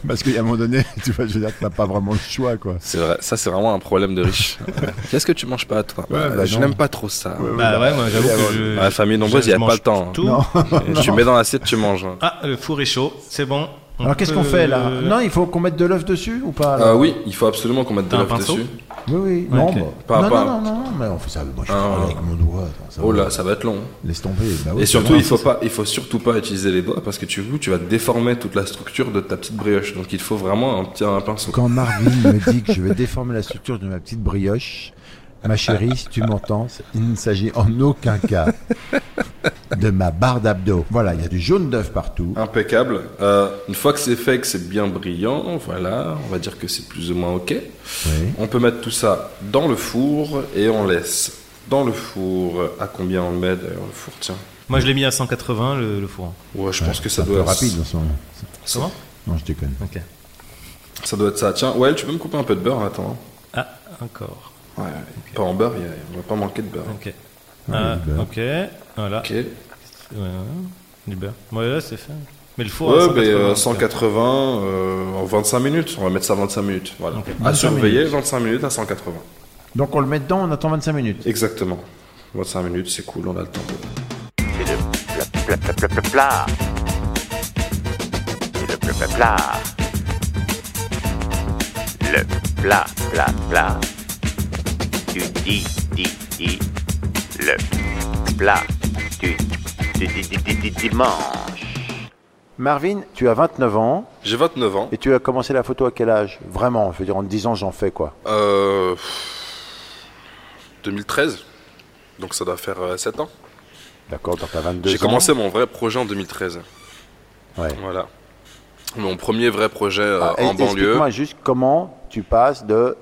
Speaker 2: Parce qu'à un moment donné, tu vois, je veux dire, t'as pas vraiment le choix, quoi.
Speaker 4: C'est vrai. Ça, c'est vraiment un problème de riche. Ouais. Qu'est-ce que tu manges pas, toi Bah,
Speaker 2: bah,
Speaker 4: Je
Speaker 2: non.
Speaker 4: n'aime pas trop ça.
Speaker 3: Bah ouais, moi, j'avoue que je.
Speaker 4: Dans la famille nombreuse,
Speaker 3: je-
Speaker 4: il y a
Speaker 3: je
Speaker 4: pas
Speaker 3: mange
Speaker 4: le temps. hein.
Speaker 3: tout.
Speaker 2: Non.
Speaker 4: Et Tu mets dans l'assiette, tu manges. hein.
Speaker 3: Ah, le four est chaud, c'est bon. On
Speaker 2: Alors qu'est-ce qu'on
Speaker 3: peut-
Speaker 2: fait là Non, il faut qu'on mette de l'œuf dessus ou pas
Speaker 4: Euh,
Speaker 2: alors
Speaker 4: oui, il faut absolument qu'on mette de
Speaker 3: T'as un
Speaker 4: l'œuf
Speaker 3: pinceau
Speaker 4: dessus.
Speaker 2: Oui, oui. Non,
Speaker 3: ok.
Speaker 2: bah,
Speaker 4: Pas-
Speaker 2: non,
Speaker 4: pas-
Speaker 2: non, non, non, mais on fait ça. Moi, je
Speaker 4: Ah.
Speaker 2: travaille avec mon doigt. attends, ça
Speaker 4: Oh
Speaker 2: va.
Speaker 4: là, ça va être long.
Speaker 2: Laisse tomber. Bah oui,
Speaker 4: Et
Speaker 2: c'est
Speaker 4: surtout,
Speaker 2: vrai.
Speaker 4: il faut pas, il faut surtout pas utiliser les doigts parce que tu, tu vas déformer toute la structure de ta petite brioche. Donc il te faut vraiment un petit un pinceau.
Speaker 2: Quand Marvin me dit que je vais déformer la structure de ma petite brioche, ma chérie, si tu m'entends, il ne s'agit en aucun cas de ma barre d'abdos. Voilà, il y a du jaune d'œuf partout.
Speaker 4: Ah, Impeccable. Euh, une fois que c'est fait, et que c'est bien brillant, voilà, on va dire que c'est plus ou moins ok.
Speaker 2: Oui.
Speaker 4: On peut mettre tout ça dans le four et on laisse dans le four. À combien on le met d'ailleurs le four Tiens.
Speaker 3: Moi, je l'ai mis à 180, le, le four.
Speaker 4: Ouais, je pense que
Speaker 2: C'est
Speaker 4: ça
Speaker 2: un peu
Speaker 4: doit être
Speaker 2: rapide en ce moment.
Speaker 4: Ça,
Speaker 3: Comment
Speaker 2: Non, je déconne.
Speaker 3: Ok.
Speaker 4: ça doit être ça. Tiens, ouais, tu peux me couper un peu de beurre en attendant.
Speaker 3: Ah, encore.
Speaker 4: Ouais, ouais. pas en beurre, il y a- on va pas manquer de beurre.
Speaker 3: Ok. Ah, ok, voilà.
Speaker 4: Ok.
Speaker 3: Ouais, ouais. Du beurre. Ouais, là, c'est fait. Mais le four. à
Speaker 4: Ouais,
Speaker 3: 180,
Speaker 4: ben, euh,
Speaker 3: c'est bien.
Speaker 4: 180 euh, en 25 minutes. On va mettre ça 25 minutes. Voilà. À
Speaker 2: 25
Speaker 4: surveiller, 25 minutes à 180.
Speaker 2: Donc on le met dedans, on attend 25 minutes.
Speaker 4: Exactement. 25 minutes, c'est cool, on a le temps.
Speaker 6: C'est le plat, plat, plat, plat, plat. C'est le plat, plat, plat. Le plat, plat, plat. Tu dis, dis, dis. Le plat du, du, du, du- du- du dimanche.
Speaker 8: Marvin, tu as 29 ans
Speaker 4: J'ai 29 ans.
Speaker 8: et tu as commencé la photo à quel âge Vraiment, je veux dire, en 10 ans, j'en fais quoi
Speaker 4: Euh, 2013. Donc ça doit faire 7 ans.
Speaker 8: D'accord, donc t'as 22 ans.
Speaker 4: J'ai commencé mon vrai projet en 2013.
Speaker 8: Ouais.
Speaker 4: Voilà. Mon premier vrai projet euh,
Speaker 8: Ah,
Speaker 4: en
Speaker 8: et-
Speaker 4: banlieue.
Speaker 8: Explique-moi juste comment tu passes de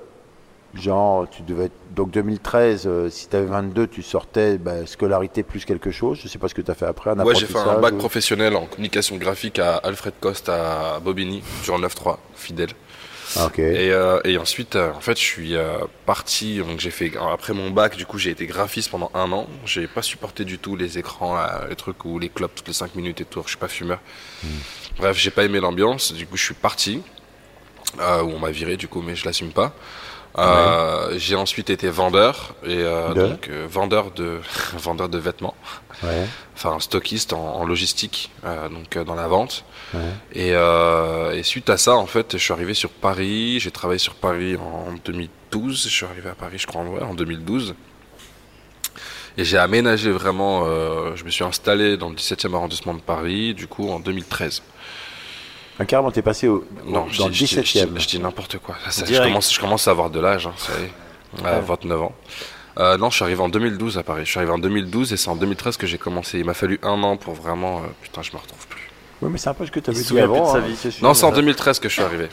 Speaker 8: genre tu devais être- donc 2013 euh, si tu avais 22 tu sortais bah, scolarité plus quelque chose je sais pas ce que tu as fait après un
Speaker 4: Ouais, j'ai fait un
Speaker 8: apprentissage
Speaker 4: bac
Speaker 8: ou-
Speaker 4: professionnel en communication graphique à Alfred Coste à Bobigny, sur 9-3, fidèle.
Speaker 8: Ah, OK
Speaker 4: Et, euh, et ensuite, euh, en fait, je suis euh, parti. Donc, j'ai fait après mon bac, du coup, j'ai été graphiste pendant un an. J'ai pas supporté du tout les écrans, là, les trucs où les clopes toutes les 5 minutes et tout. Je suis pas fumeur.
Speaker 2: Hmm.
Speaker 4: Bref, j'ai pas aimé l'ambiance. Du coup, je suis parti. Euh, où on m'a viré, du coup, mais je l'assume pas. Euh, J'ai ensuite été vendeur et euh,
Speaker 2: De
Speaker 4: donc euh, vendeur de vendeur de vêtements,
Speaker 2: Ouais.
Speaker 4: enfin un stockiste en, en logistique, euh, donc euh, dans la vente.
Speaker 2: Ouais.
Speaker 4: Et, euh, et suite à ça, en fait, je suis arrivé sur Paris. J'ai travaillé sur Paris en 2012. Je suis arrivé à Paris, je crois, en, ouais, en 2012. Et j'ai aménagé vraiment. euh, je me suis installé dans le 17e arrondissement de Paris, du coup, en 2013.
Speaker 2: Un carrément, t'es passé au, au-
Speaker 4: Non, je
Speaker 2: dans
Speaker 4: dis-
Speaker 2: le
Speaker 4: je dis- je dis-
Speaker 2: 17 e
Speaker 4: Je dis n'importe quoi. Ça, ça, je,
Speaker 3: Direct.
Speaker 4: commence, je commence à avoir de l'âge, hein, ça y est. À 29 ans. Euh, non, je suis arrivé en 2012 à Paris. Je suis arrivé en 2012 et c'est en 2013 que j'ai commencé. Il m'a fallu un an pour vraiment. euh, putain, je me retrouve plus.
Speaker 2: Oui, mais c'est un peu ce que t'avais
Speaker 3: Il se
Speaker 2: dit
Speaker 3: souvient plus de
Speaker 2: avant.
Speaker 3: sa
Speaker 2: hein,
Speaker 3: vie.
Speaker 2: sûr.
Speaker 4: Non, c'est en 2013 que je suis arrivé.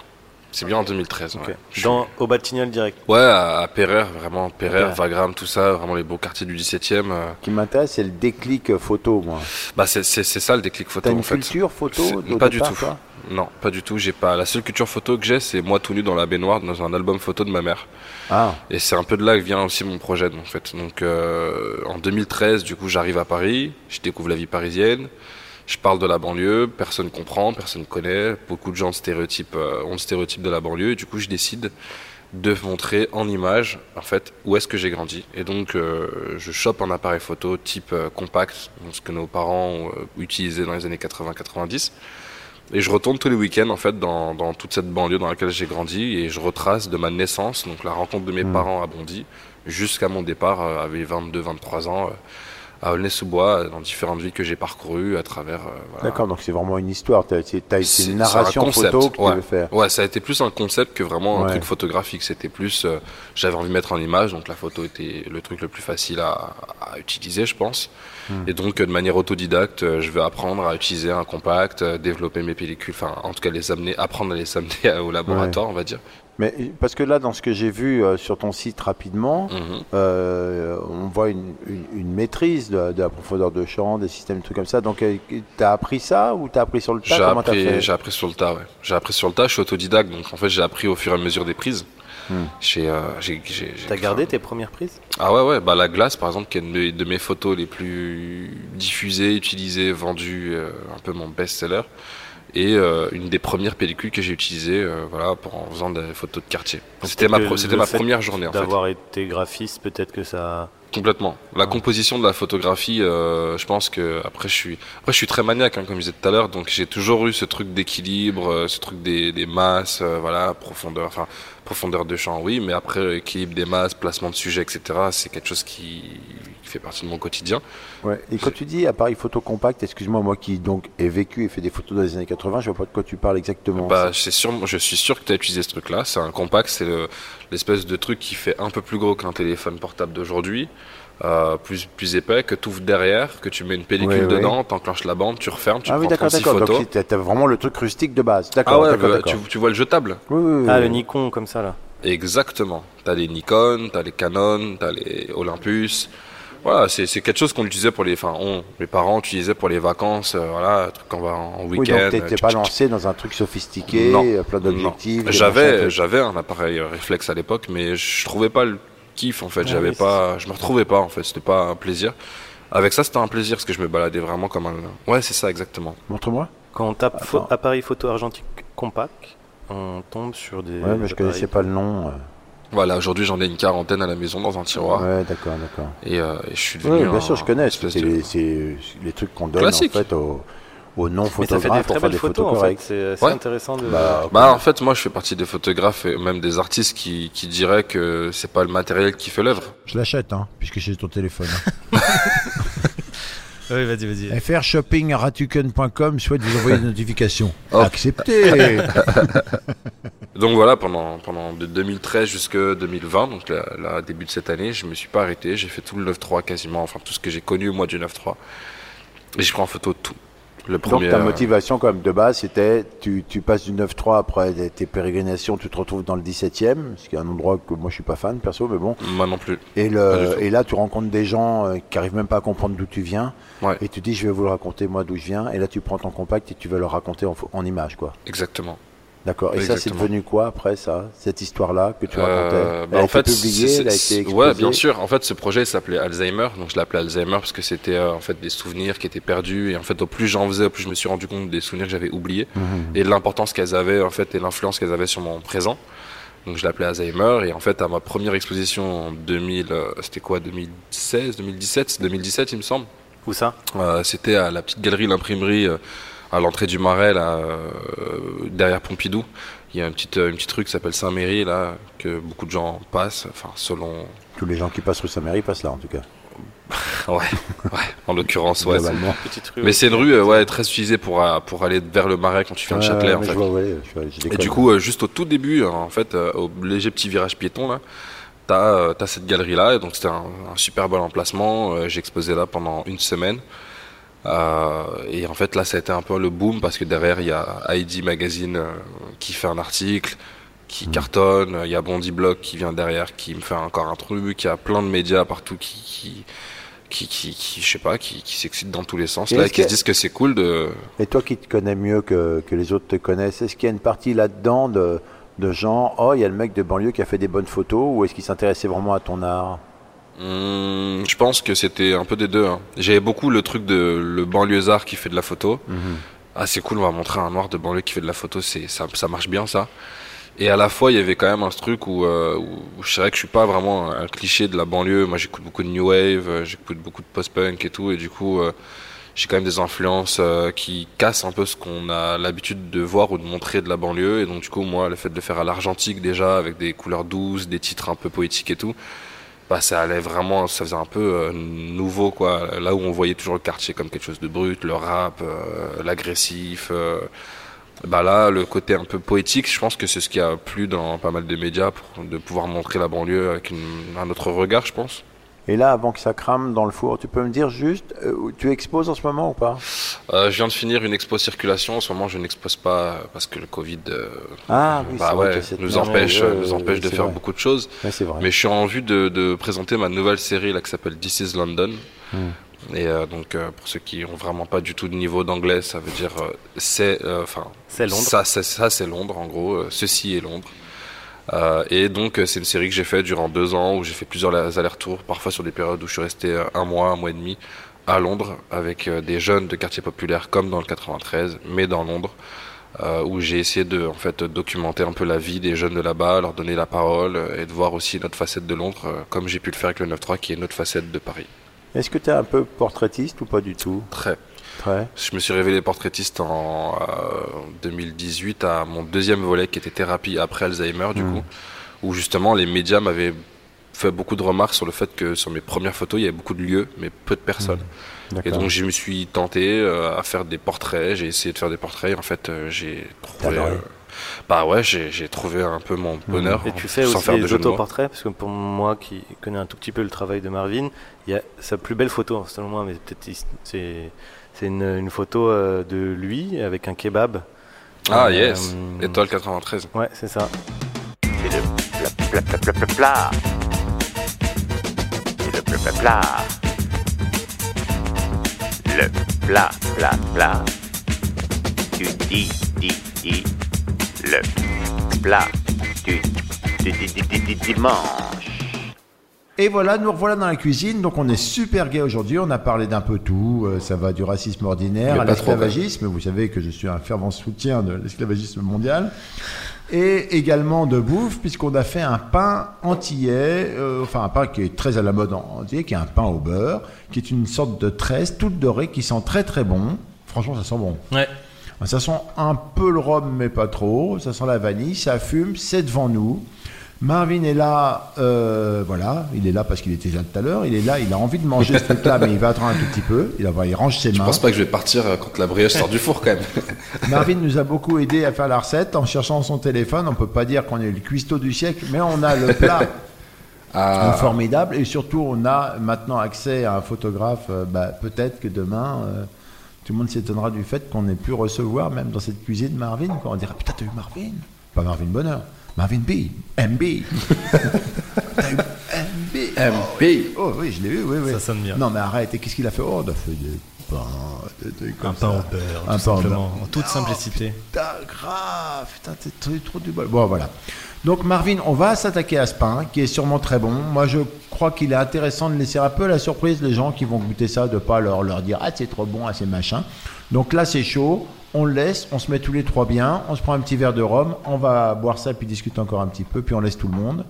Speaker 4: C'est bien en 2013.
Speaker 3: Ok.
Speaker 4: Ouais, Je suis-
Speaker 3: Dans, au Batignolles direct.
Speaker 4: ouais à, à Perreur, vraiment. Perreur,
Speaker 2: Ok.
Speaker 4: Wagram, tout ça, vraiment les beaux quartiers du 17 e
Speaker 2: Ce qui m'intéresse, c'est le déclic euh, photo, moi.
Speaker 4: Bah, c'est c'est- c'est ça le déclic photo
Speaker 2: T'as
Speaker 4: en
Speaker 2: une
Speaker 4: fait.
Speaker 2: culture photo
Speaker 4: C'est-
Speaker 2: au
Speaker 4: pas du
Speaker 2: départ,
Speaker 4: tout.
Speaker 2: toi
Speaker 4: Non, pas du tout. J'ai pas. La seule culture photo que j'ai, c'est moi tout nu dans la baignoire dans un album photo de ma mère.
Speaker 2: Ah,
Speaker 4: Et c'est un peu de là que vient aussi mon projet, en fait. Donc, euh, en 2013, du coup, j'arrive à Paris, je découvre la vie parisienne, je parle de la banlieue, personne comprend, personne connaît, beaucoup de gens stéréotypent, euh, ont le stéréotype de la banlieue, et du coup, je décide de montrer en image, en fait, où est-ce que j'ai grandi. Et donc, euh, je chope un appareil photo type euh, compact, donc ce que nos parents ont euh, utilisé dans les années 80-90. Et je retourne tous les week-ends en fait dans, dans toute cette banlieue dans laquelle j'ai grandi et je retrace de ma naissance, donc la rencontre de
Speaker 2: Mm.
Speaker 4: mes parents à Bondy, jusqu'à mon départ euh, avec 22-23 ans euh, à Aulnay-sous-Bois, euh, dans différentes villes que j'ai parcourues à travers. euh, voilà.
Speaker 2: d'accord, donc c'est vraiment une histoire. T'as c'est- t'as- c'est
Speaker 4: C'est-
Speaker 2: une
Speaker 4: c'est un
Speaker 2: narration
Speaker 4: concept,
Speaker 2: photo que
Speaker 4: ouais.
Speaker 2: tu veux faire.
Speaker 4: Ouais, ça a été plus un concept que vraiment un
Speaker 2: Ouais.
Speaker 4: truc photographique. C'était plus, euh, j'avais envie de mettre en image, donc la photo était le truc le plus facile à, à utiliser, je pense.
Speaker 2: Hmm.
Speaker 4: Et donc, euh, de manière autodidacte, euh, je vais apprendre à utiliser un compact, euh, développer mes pellicules, enfin, en tout cas, les amener, apprendre à les amener au laboratoire, on va dire.
Speaker 2: Mais euh, parce que là, dans ce que j'ai vu euh, sur ton site rapidement,
Speaker 4: Mhm.
Speaker 2: euh, on voit une, une- une maîtrise de, de la profondeur de champ, des systèmes, des trucs comme ça. Donc, euh, t'as appris ça ou t'as appris sur le tas
Speaker 4: J'ai
Speaker 2: Comment t'as
Speaker 4: appris,
Speaker 2: fait
Speaker 4: j'ai appris sur le tas, ouais. J'ai appris sur le tas, je suis autodidacte, donc en fait, j'ai appris au fur et à mesure des prises.
Speaker 2: Hmm.
Speaker 4: J'ai, euh, j'ai- j'ai- j'ai-
Speaker 3: T'as gardé tes premières prises
Speaker 4: Ah ouais, ouais, bah la glace par exemple, qui est une de, de mes photos les plus diffusées, utilisées, vendues, euh, un peu mon best-seller, et euh, une des premières pellicules que j'ai utilisées euh, voilà, pour, en faisant des photos de quartier. C'était ma,
Speaker 3: que
Speaker 4: pro- c'était
Speaker 3: le
Speaker 4: ma
Speaker 3: fait
Speaker 4: première journée en fait.
Speaker 3: D'avoir été graphiste, peut-être que ça.
Speaker 4: Complètement. La composition de la photographie, euh, je pense que après je suis, après je suis très maniaque hein, comme je disais tout à l'heure, donc j'ai toujours eu ce truc d'équilibre, euh, ce truc des, des masses, euh, voilà, profondeur, enfin profondeur de champ, oui, mais après euh, équilibre des masses, placement de sujet, etc. C'est quelque chose qui, qui fait partie de mon quotidien.
Speaker 2: Ouais. Et quand tu dis appareil photo compact, excuse-moi, moi qui donc ai vécu et fait des photos dans les années 80, je vois pas de quoi tu parles exactement.
Speaker 4: Bah, c'est sûr, je suis sûr que tu as utilisé ce truc-là. C'est un compact, c'est le- l'espèce de truc qui fait un peu plus gros qu'un téléphone portable d'aujourd'hui, euh, plus, plus épais, que tu ouvres derrière, que tu mets une pellicule
Speaker 2: Ouais, ouais.
Speaker 4: dedans, t'enclenches la bande, tu refermes, tu
Speaker 2: ah oui,
Speaker 4: prends
Speaker 2: d'accord,
Speaker 4: 36
Speaker 2: d'accord.
Speaker 4: photos.
Speaker 2: Donc, t'as t'as vraiment le truc rustique de base. D'accord,
Speaker 4: Ah ouais,
Speaker 2: d'accord,
Speaker 4: bah,
Speaker 2: d'accord.
Speaker 4: tu, tu vois le jetable
Speaker 2: Oui, oui, oui,
Speaker 3: Ah,
Speaker 2: oui.
Speaker 3: le Nikon, comme ça là.
Speaker 4: Exactement. T'as les Nikon, t'as les Canon, t'as les Olympus. Voilà, c'est c'est quelque chose qu'on utilisait pour les, enfin, on, mes parents utilisaient pour les vacances, euh, voilà, un truc qu'on va en
Speaker 2: Oui,
Speaker 4: week-end. euh,
Speaker 2: donc t'étais pas lancé dans un truc sophistiqué, euh, plein d'objectifs.
Speaker 4: Non.
Speaker 2: des machins,
Speaker 4: J'avais,
Speaker 2: trucs.
Speaker 4: j'avais un appareil euh, réflexe à l'époque, mais je trouvais pas le kiff en fait.
Speaker 3: Ah
Speaker 4: J'avais
Speaker 3: oui,
Speaker 4: pas, je me retrouvais pas en fait. C'était pas un plaisir. Avec ça, c'était un plaisir parce que je me baladais vraiment comme un. Ouais, c'est ça exactement.
Speaker 2: Montre-moi.
Speaker 3: Quand on tape pho-
Speaker 2: Attends.
Speaker 3: appareil photo argentique compact, on tombe sur des.
Speaker 2: Ouais, mais je connaissais pas le nom. euh.
Speaker 4: Voilà, aujourd'hui j'en ai une quarantaine à la maison dans un tiroir
Speaker 2: Ouais, d'accord, d'accord.
Speaker 4: et, euh, et je suis
Speaker 2: Oui,
Speaker 4: devenu.
Speaker 2: bien
Speaker 4: un-
Speaker 2: sûr, je connais. C'est
Speaker 4: espèce de-
Speaker 2: c'est les trucs qu'on donne
Speaker 4: Classique.
Speaker 2: en fait aux, aux
Speaker 3: Mais ça fait des
Speaker 2: non-photographes
Speaker 3: très
Speaker 2: pour faire
Speaker 3: belles
Speaker 2: des
Speaker 3: photos,
Speaker 2: photos
Speaker 3: en fait.
Speaker 2: correctes.
Speaker 3: C'est assez
Speaker 4: Ouais.
Speaker 3: intéressant de.
Speaker 2: Bah,
Speaker 4: Bah en fait, moi je fais partie des photographes et même des artistes qui, qui diraient que c'est pas le matériel qui fait l'œuvre.
Speaker 8: Je l'achète, hein, puisque j'ai ton téléphone.
Speaker 9: Oui, vas-y, vas-y.
Speaker 8: FR Shopping à ratuken.com souhaite vous envoyer des notifications.
Speaker 3: Oh.
Speaker 8: Accepté
Speaker 4: Donc voilà, pendant, pendant de 2013 jusque 2020, donc là, là, début de cette année, je me suis pas arrêté, j'ai fait tout le 9-3 quasiment, enfin tout ce que j'ai connu moi du 9-3. Et je prends en photo tout. Le
Speaker 2: Donc
Speaker 4: premier.
Speaker 2: ta
Speaker 4: euh,
Speaker 2: motivation quand même de base c'était tu, tu passes du 9-3 après des- tes pérégrinations tu te retrouves dans le 17e ce qui est un endroit que moi je suis pas fan perso mais bon
Speaker 4: Moi non plus.
Speaker 2: et,
Speaker 4: Pas du
Speaker 2: le,
Speaker 4: tout.
Speaker 2: et là tu rencontres des gens euh, qui arrivent même pas à comprendre d'où tu viens
Speaker 4: Ouais.
Speaker 2: et tu dis je vais vous le raconter moi d'où je viens et là tu prends ton compact et tu vas le raconter en, pho- en image quoi
Speaker 4: Exactement.
Speaker 2: d'accord et ça c'est
Speaker 4: Exactement.
Speaker 2: devenu quoi après ça cette histoire là que tu racontais
Speaker 4: Euh,
Speaker 2: elle
Speaker 4: bah,
Speaker 2: a
Speaker 4: en
Speaker 2: été
Speaker 4: fait,
Speaker 2: publiée
Speaker 4: c'est-
Speaker 2: elle a
Speaker 4: c'est-
Speaker 2: été
Speaker 4: Ouais,
Speaker 2: exposée.
Speaker 4: bien sûr. En fait, ce projet s'appelait Alzheimer. Donc, je l'appelais Alzheimer parce que c'était euh, en fait des souvenirs qui étaient perdus. Et en fait, au plus j'en faisais, au plus je me suis rendu compte des souvenirs que j'avais oubliés
Speaker 2: Mhm.
Speaker 4: et de l'importance qu'elles avaient en fait et l'influence qu'elles avaient sur mon présent.
Speaker 8: Donc je l'appelais Alzheimer et en fait à ma première exposition en 2000, euh, c'était quoi 2016, 2017, 2017 il me semble.
Speaker 3: Où ça
Speaker 8: Euh, c'était à la petite galerie, l'imprimerie euh, à l'entrée du Marais, là, euh, derrière Pompidou. Il y a un petit, euh, une petite rue qui s'appelle Saint-Méry là que beaucoup de gens passent, enfin selon
Speaker 4: Tous les gens qui passent rue Saint-Méry passent là, en tout cas.
Speaker 8: ouais, ouais, en l'occurrence ouais. c'est-
Speaker 4: globalement.
Speaker 3: Petite rue.
Speaker 8: Mais c'est une rue euh, ouais très utilisée pour euh, pour aller vers le Marais quand tu fais un Châtelet
Speaker 4: Ouais,
Speaker 8: en
Speaker 4: mais
Speaker 8: fait.
Speaker 4: je vois, ouais, je vois, je
Speaker 8: Et
Speaker 4: déconne.
Speaker 8: du coup, euh, juste au tout début, euh, en fait, euh, au léger petit virage piéton, là, t'as euh, t'as cette galerie-là. Et Donc, c'était un, un super bon emplacement. Euh, J'ai exposé là pendant une semaine. Euh, et en fait, là, ça a été un peu le boom parce que derrière, il y a ID Magazine euh, qui fait un article, qui
Speaker 4: Mm.
Speaker 8: cartonne. Il y a Bondi Block qui vient derrière, qui me fait encore un truc. Il y a plein de médias partout qui. qui qui, qui, qui- je sais pas, qui, qui s'excitent dans tous les sens,
Speaker 4: Et
Speaker 8: là,
Speaker 4: est-ce
Speaker 8: et qui
Speaker 4: que-
Speaker 8: se disent que c'est cool de,
Speaker 4: Et toi qui te connais mieux que, que les autres te connaissent, est-ce qu'il y a une partie là-dedans de, de gens, oh, il y a le mec de banlieue qui a fait des bonnes photos, ou est-ce qu'il s'intéressait vraiment à ton art
Speaker 8: Hum, je pense que c'était un peu des deux. hein. J'avais beaucoup le truc de le banlieusard qui fait de la photo. Ah, c'est cool, on va montrer un noir de banlieue qui fait de la photo, c'est ça, ça marche bien ça. Et à la fois, il y avait quand même un truc où, euh, où je dirais que je suis pas vraiment un cliché de la banlieue. Moi, j'écoute beaucoup de new wave, euh, j'écoute beaucoup de post-punk et tout, et du coup, euh, j'ai quand même des influences euh, qui cassent un peu ce qu'on a l'habitude de voir ou de montrer de la banlieue. Et donc, du coup, moi, le fait de le faire à l'argentique déjà, avec des couleurs douces, des titres un peu poétiques et tout, bah, ça allait vraiment, ça faisait un peu euh, nouveau, quoi. Là où on voyait toujours le quartier comme quelque chose de brut, le rap, euh, l'agressif. euh, bah là, le côté un peu poétique, je pense que c'est ce qui a plu dans pas mal de médias pour, de pouvoir montrer la banlieue avec une- un autre regard, je pense.
Speaker 4: Et là, avant que ça crame dans le four, tu peux me dire juste, euh, tu exposes en ce moment ou pas
Speaker 8: Euh, je viens de finir une expo circulation. En ce moment, je n'expose pas euh, parce que le Covid euh,
Speaker 4: Ah oui,
Speaker 8: bah
Speaker 4: c'est
Speaker 8: ouais,
Speaker 4: vrai qu'il y a cette
Speaker 8: nous
Speaker 4: merde,
Speaker 8: empêche,
Speaker 4: ouais, euh,
Speaker 8: nous empêche de
Speaker 4: c'est
Speaker 8: faire
Speaker 4: vrai.
Speaker 8: beaucoup de choses.
Speaker 4: Ouais, c'est vrai.
Speaker 8: Mais je suis en vue de, de présenter ma nouvelle série là qui s'appelle This is London. Et euh, donc euh, pour ceux qui ont vraiment pas du tout de niveau d'anglais, ça veut dire euh, c'est euh, enfin
Speaker 3: C'est Londres.
Speaker 8: Ça c'est ça c'est Londres en gros. euh, ceci est Londres. Euh, et donc euh, c'est une série que j'ai fait durant deux ans où j'ai fait plusieurs la- allers-retours, parfois sur des périodes où je suis resté euh, un mois, un mois et demi à Londres avec euh, des jeunes de quartiers populaires comme dans le 93, mais dans Londres euh, où j'ai essayé de en fait documenter un peu la vie des jeunes de là-bas, leur donner la parole euh, et de voir aussi notre facette de Londres, euh, comme j'ai pu le faire avec le 9-3 qui est notre facette de Paris.
Speaker 4: Est-ce que tu es un peu portraitiste ou pas du tout
Speaker 8: Très.
Speaker 4: Très.
Speaker 8: Je me suis révélé portraitiste en euh, 2018 à mon deuxième volet qui était thérapie après Alzheimer du coup, où justement les médias m'avaient fait beaucoup de remarques sur le fait que sur mes premières photos il y avait beaucoup de lieux mais peu de personnes. Et donc je me suis tenté euh, à faire des portraits, j'ai essayé de faire des portraits et en fait euh, j'ai trouvé...
Speaker 4: adoré.
Speaker 8: euh, bah ouais, j'ai j'ai trouvé un peu mon bonheur.
Speaker 3: Et tu fais
Speaker 8: sans
Speaker 3: aussi
Speaker 8: faire de
Speaker 3: des
Speaker 8: jeu de mots.
Speaker 3: autoportraits, parce que pour moi qui connais un tout petit peu le travail de Marvin, il y a sa plus belle photo, selon moi, mais peut-être il- c'est c'est une, une photo euh, de lui avec un kebab.
Speaker 8: Ah
Speaker 3: Euh,
Speaker 8: yes, étoile 93.
Speaker 3: Ouais, c'est ça.
Speaker 1: C'est le plat, plat, plat, plat, plat. C'est le plat, plat, plat. Le plat, plat, plat. Tu dis, dis, dis. Le plat du, du, du, du- du- du dimanche.
Speaker 2: Et voilà, nous revoilà dans la cuisine. Donc on est super gai aujourd'hui. On a parlé d'un peu tout. Euh, ça va du racisme ordinaire
Speaker 8: Mais
Speaker 2: à
Speaker 8: pas trop,
Speaker 2: l'esclavagisme. Vous savez que je suis un fervent soutien de l'esclavagisme mondial. Et également de bouffe, puisqu'on a fait un pain antillais, euh, enfin un pain qui est très à la mode en antillais, qui est un pain au beurre, qui est une sorte de tresse toute dorée qui sent très très bon. Franchement, ça sent bon.
Speaker 10: Ouais.
Speaker 2: Ça sent un peu le rhum, mais pas trop. Ça sent la vanille, ça fume, c'est devant nous. Marvin est là, euh, voilà, il est là parce qu'il était là tout à l'heure. Il est là, il a envie de manger ce truc-là, mais il va attendre un tout petit peu. Il, va, il range ses
Speaker 8: Je
Speaker 2: mains.
Speaker 8: pense pas que je vais partir euh, quand la brioche sort du four quand même.
Speaker 2: Marvin nous a beaucoup aidé à faire la recette en cherchant son téléphone. On peut pas dire qu'on est le cuistot du siècle, mais on a le plat
Speaker 8: Ah.
Speaker 2: euh, formidable. Et surtout, on a maintenant accès à un photographe. euh, bah, Peut-être que demain, euh, tout le monde s'étonnera du fait qu'on ait pu recevoir, même dans cette cuisine, Marvin. quoi. On dira Putain, t'as eu Marvin Pas Marvin Bonheur, Marvin B. MB. T'as eu MB.
Speaker 8: MP.
Speaker 2: Oh oui, je l'ai vu, oui, oui.
Speaker 10: Ça sonne bien.
Speaker 2: Non, mais arrête, et qu'est-ce qu'il a fait Oh, il a fait des pains, des trucs comme
Speaker 10: Un pain
Speaker 2: ça.
Speaker 10: au beurre, tout
Speaker 2: Un pain au
Speaker 10: simplement,
Speaker 2: beurre.
Speaker 10: en toute
Speaker 2: Oh,
Speaker 10: simplicité.
Speaker 2: Putain, grave, putain, t'es trop, trop du bol. Bon, voilà. Donc, Marvin, on va s'attaquer à ce pain qui est sûrement très bon. Moi, je crois qu'il est intéressant de laisser un peu la surprise les gens qui vont goûter ça, de pas leur, leur dire Ah, c'est trop bon, ah, c'est machin. Donc là, c'est chaud. on le laisse, on se met tous les trois bien, on se prend un petit verre de rhum, on va boire ça, puis discuter encore un petit peu, puis on laisse tout le monde.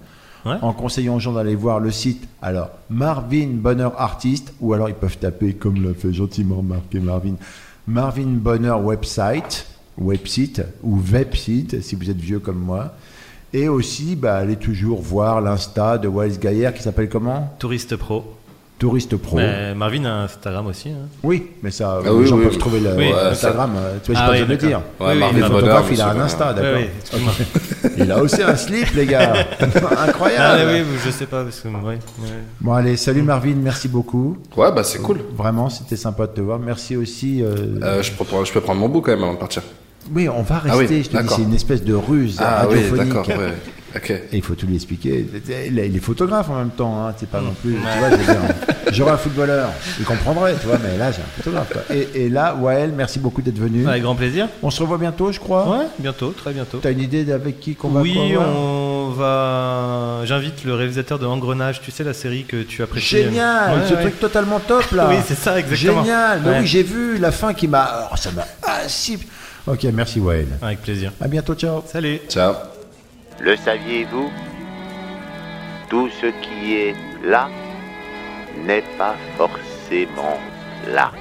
Speaker 3: Ouais.
Speaker 2: En conseillant aux gens d'aller voir le site, alors Marvin Bonheur Artiste, ou alors ils peuvent taper, comme l'a fait gentiment remarquer Marvin, Marvin Bonheur Website, website ou website si vous êtes vieux comme moi. Et aussi, bah, allez toujours voir l'insta de Wise Gaillard qui s'appelle comment
Speaker 3: Touriste Pro.
Speaker 2: Touriste Pro.
Speaker 3: Mais Marvin a un Instagram aussi. hein.
Speaker 2: Oui, mais ça,
Speaker 4: Ah
Speaker 2: les
Speaker 4: oui,
Speaker 2: gens
Speaker 4: oui,
Speaker 2: peuvent
Speaker 4: oui.
Speaker 2: trouver le-
Speaker 3: Oui,
Speaker 2: l'Instagram. euh, Tu vois, j'ai
Speaker 3: Ah
Speaker 2: pas
Speaker 3: oui,
Speaker 2: besoin de le dire.
Speaker 3: d'accord.
Speaker 4: Ouais,
Speaker 3: Oui, oui,
Speaker 4: Marvin
Speaker 2: Le
Speaker 3: Bonheur,
Speaker 2: photographe,
Speaker 4: monsieur
Speaker 2: il a un
Speaker 4: Bonheur.
Speaker 2: Insta, d'accord.
Speaker 3: Oui, oui, excuse-moi.
Speaker 2: Il a aussi un slip, les gars.
Speaker 3: Ah,
Speaker 2: Incroyable.
Speaker 3: mais oui, je sais pas. Parce que, ouais, ouais.
Speaker 2: Bon, allez, salut Marvin, merci beaucoup.
Speaker 4: Ouais, bah c'est cool.
Speaker 2: Vraiment, c'était sympa de te voir. Merci aussi. euh,
Speaker 4: Euh, je, prends- je peux prendre mon bout quand même avant de partir.
Speaker 2: Oui, on va
Speaker 4: Ah oui,
Speaker 2: rester, je te dis,
Speaker 4: d'accord.
Speaker 2: c'est une espèce de ruse
Speaker 4: Ah oui,
Speaker 2: radiophonique.
Speaker 4: d'accord. ouais. Ok.
Speaker 2: Et il faut tout lui expliquer. Il est il est photographe en même temps, hein, c'est pas non plus. Tu vois, je veux dire, j'aurais un footballeur, il comprendrait, tu vois, mais là, j'ai un photographe. quoi. Et, et là, Wael, merci beaucoup d'être venu.
Speaker 3: Avec grand plaisir.
Speaker 2: On se revoit bientôt, je crois.
Speaker 3: Ouais, bientôt, très bientôt.
Speaker 2: T'as une idée d'avec qui qu'on va
Speaker 3: Oui,
Speaker 2: quoi, ouais
Speaker 3: on va. J'invite le réalisateur de Engrenage, tu sais, la série que tu apprécies. euh,
Speaker 2: Génial,
Speaker 3: Ouais,
Speaker 2: ce
Speaker 3: ouais.
Speaker 2: truc totalement top là.
Speaker 3: Oui, c'est ça, exactement.
Speaker 2: Génial. Mais
Speaker 3: Ouais.
Speaker 2: oui, j'ai vu la fin qui m'a. oh, ça m'a. Ah, si. Ok, merci Wael.
Speaker 3: Avec plaisir.
Speaker 2: À bientôt, ciao.
Speaker 3: Salut.
Speaker 4: Ciao.
Speaker 6: Le saviez-vous Tout ce qui est là n'est pas forcément là.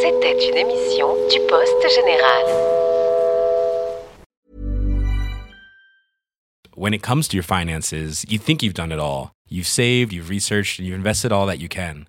Speaker 11: C'était une émission du Poste Général.
Speaker 12: when it comes to your finances, you think you've done it all. You've saved, you've researched, and you've invested all that you can.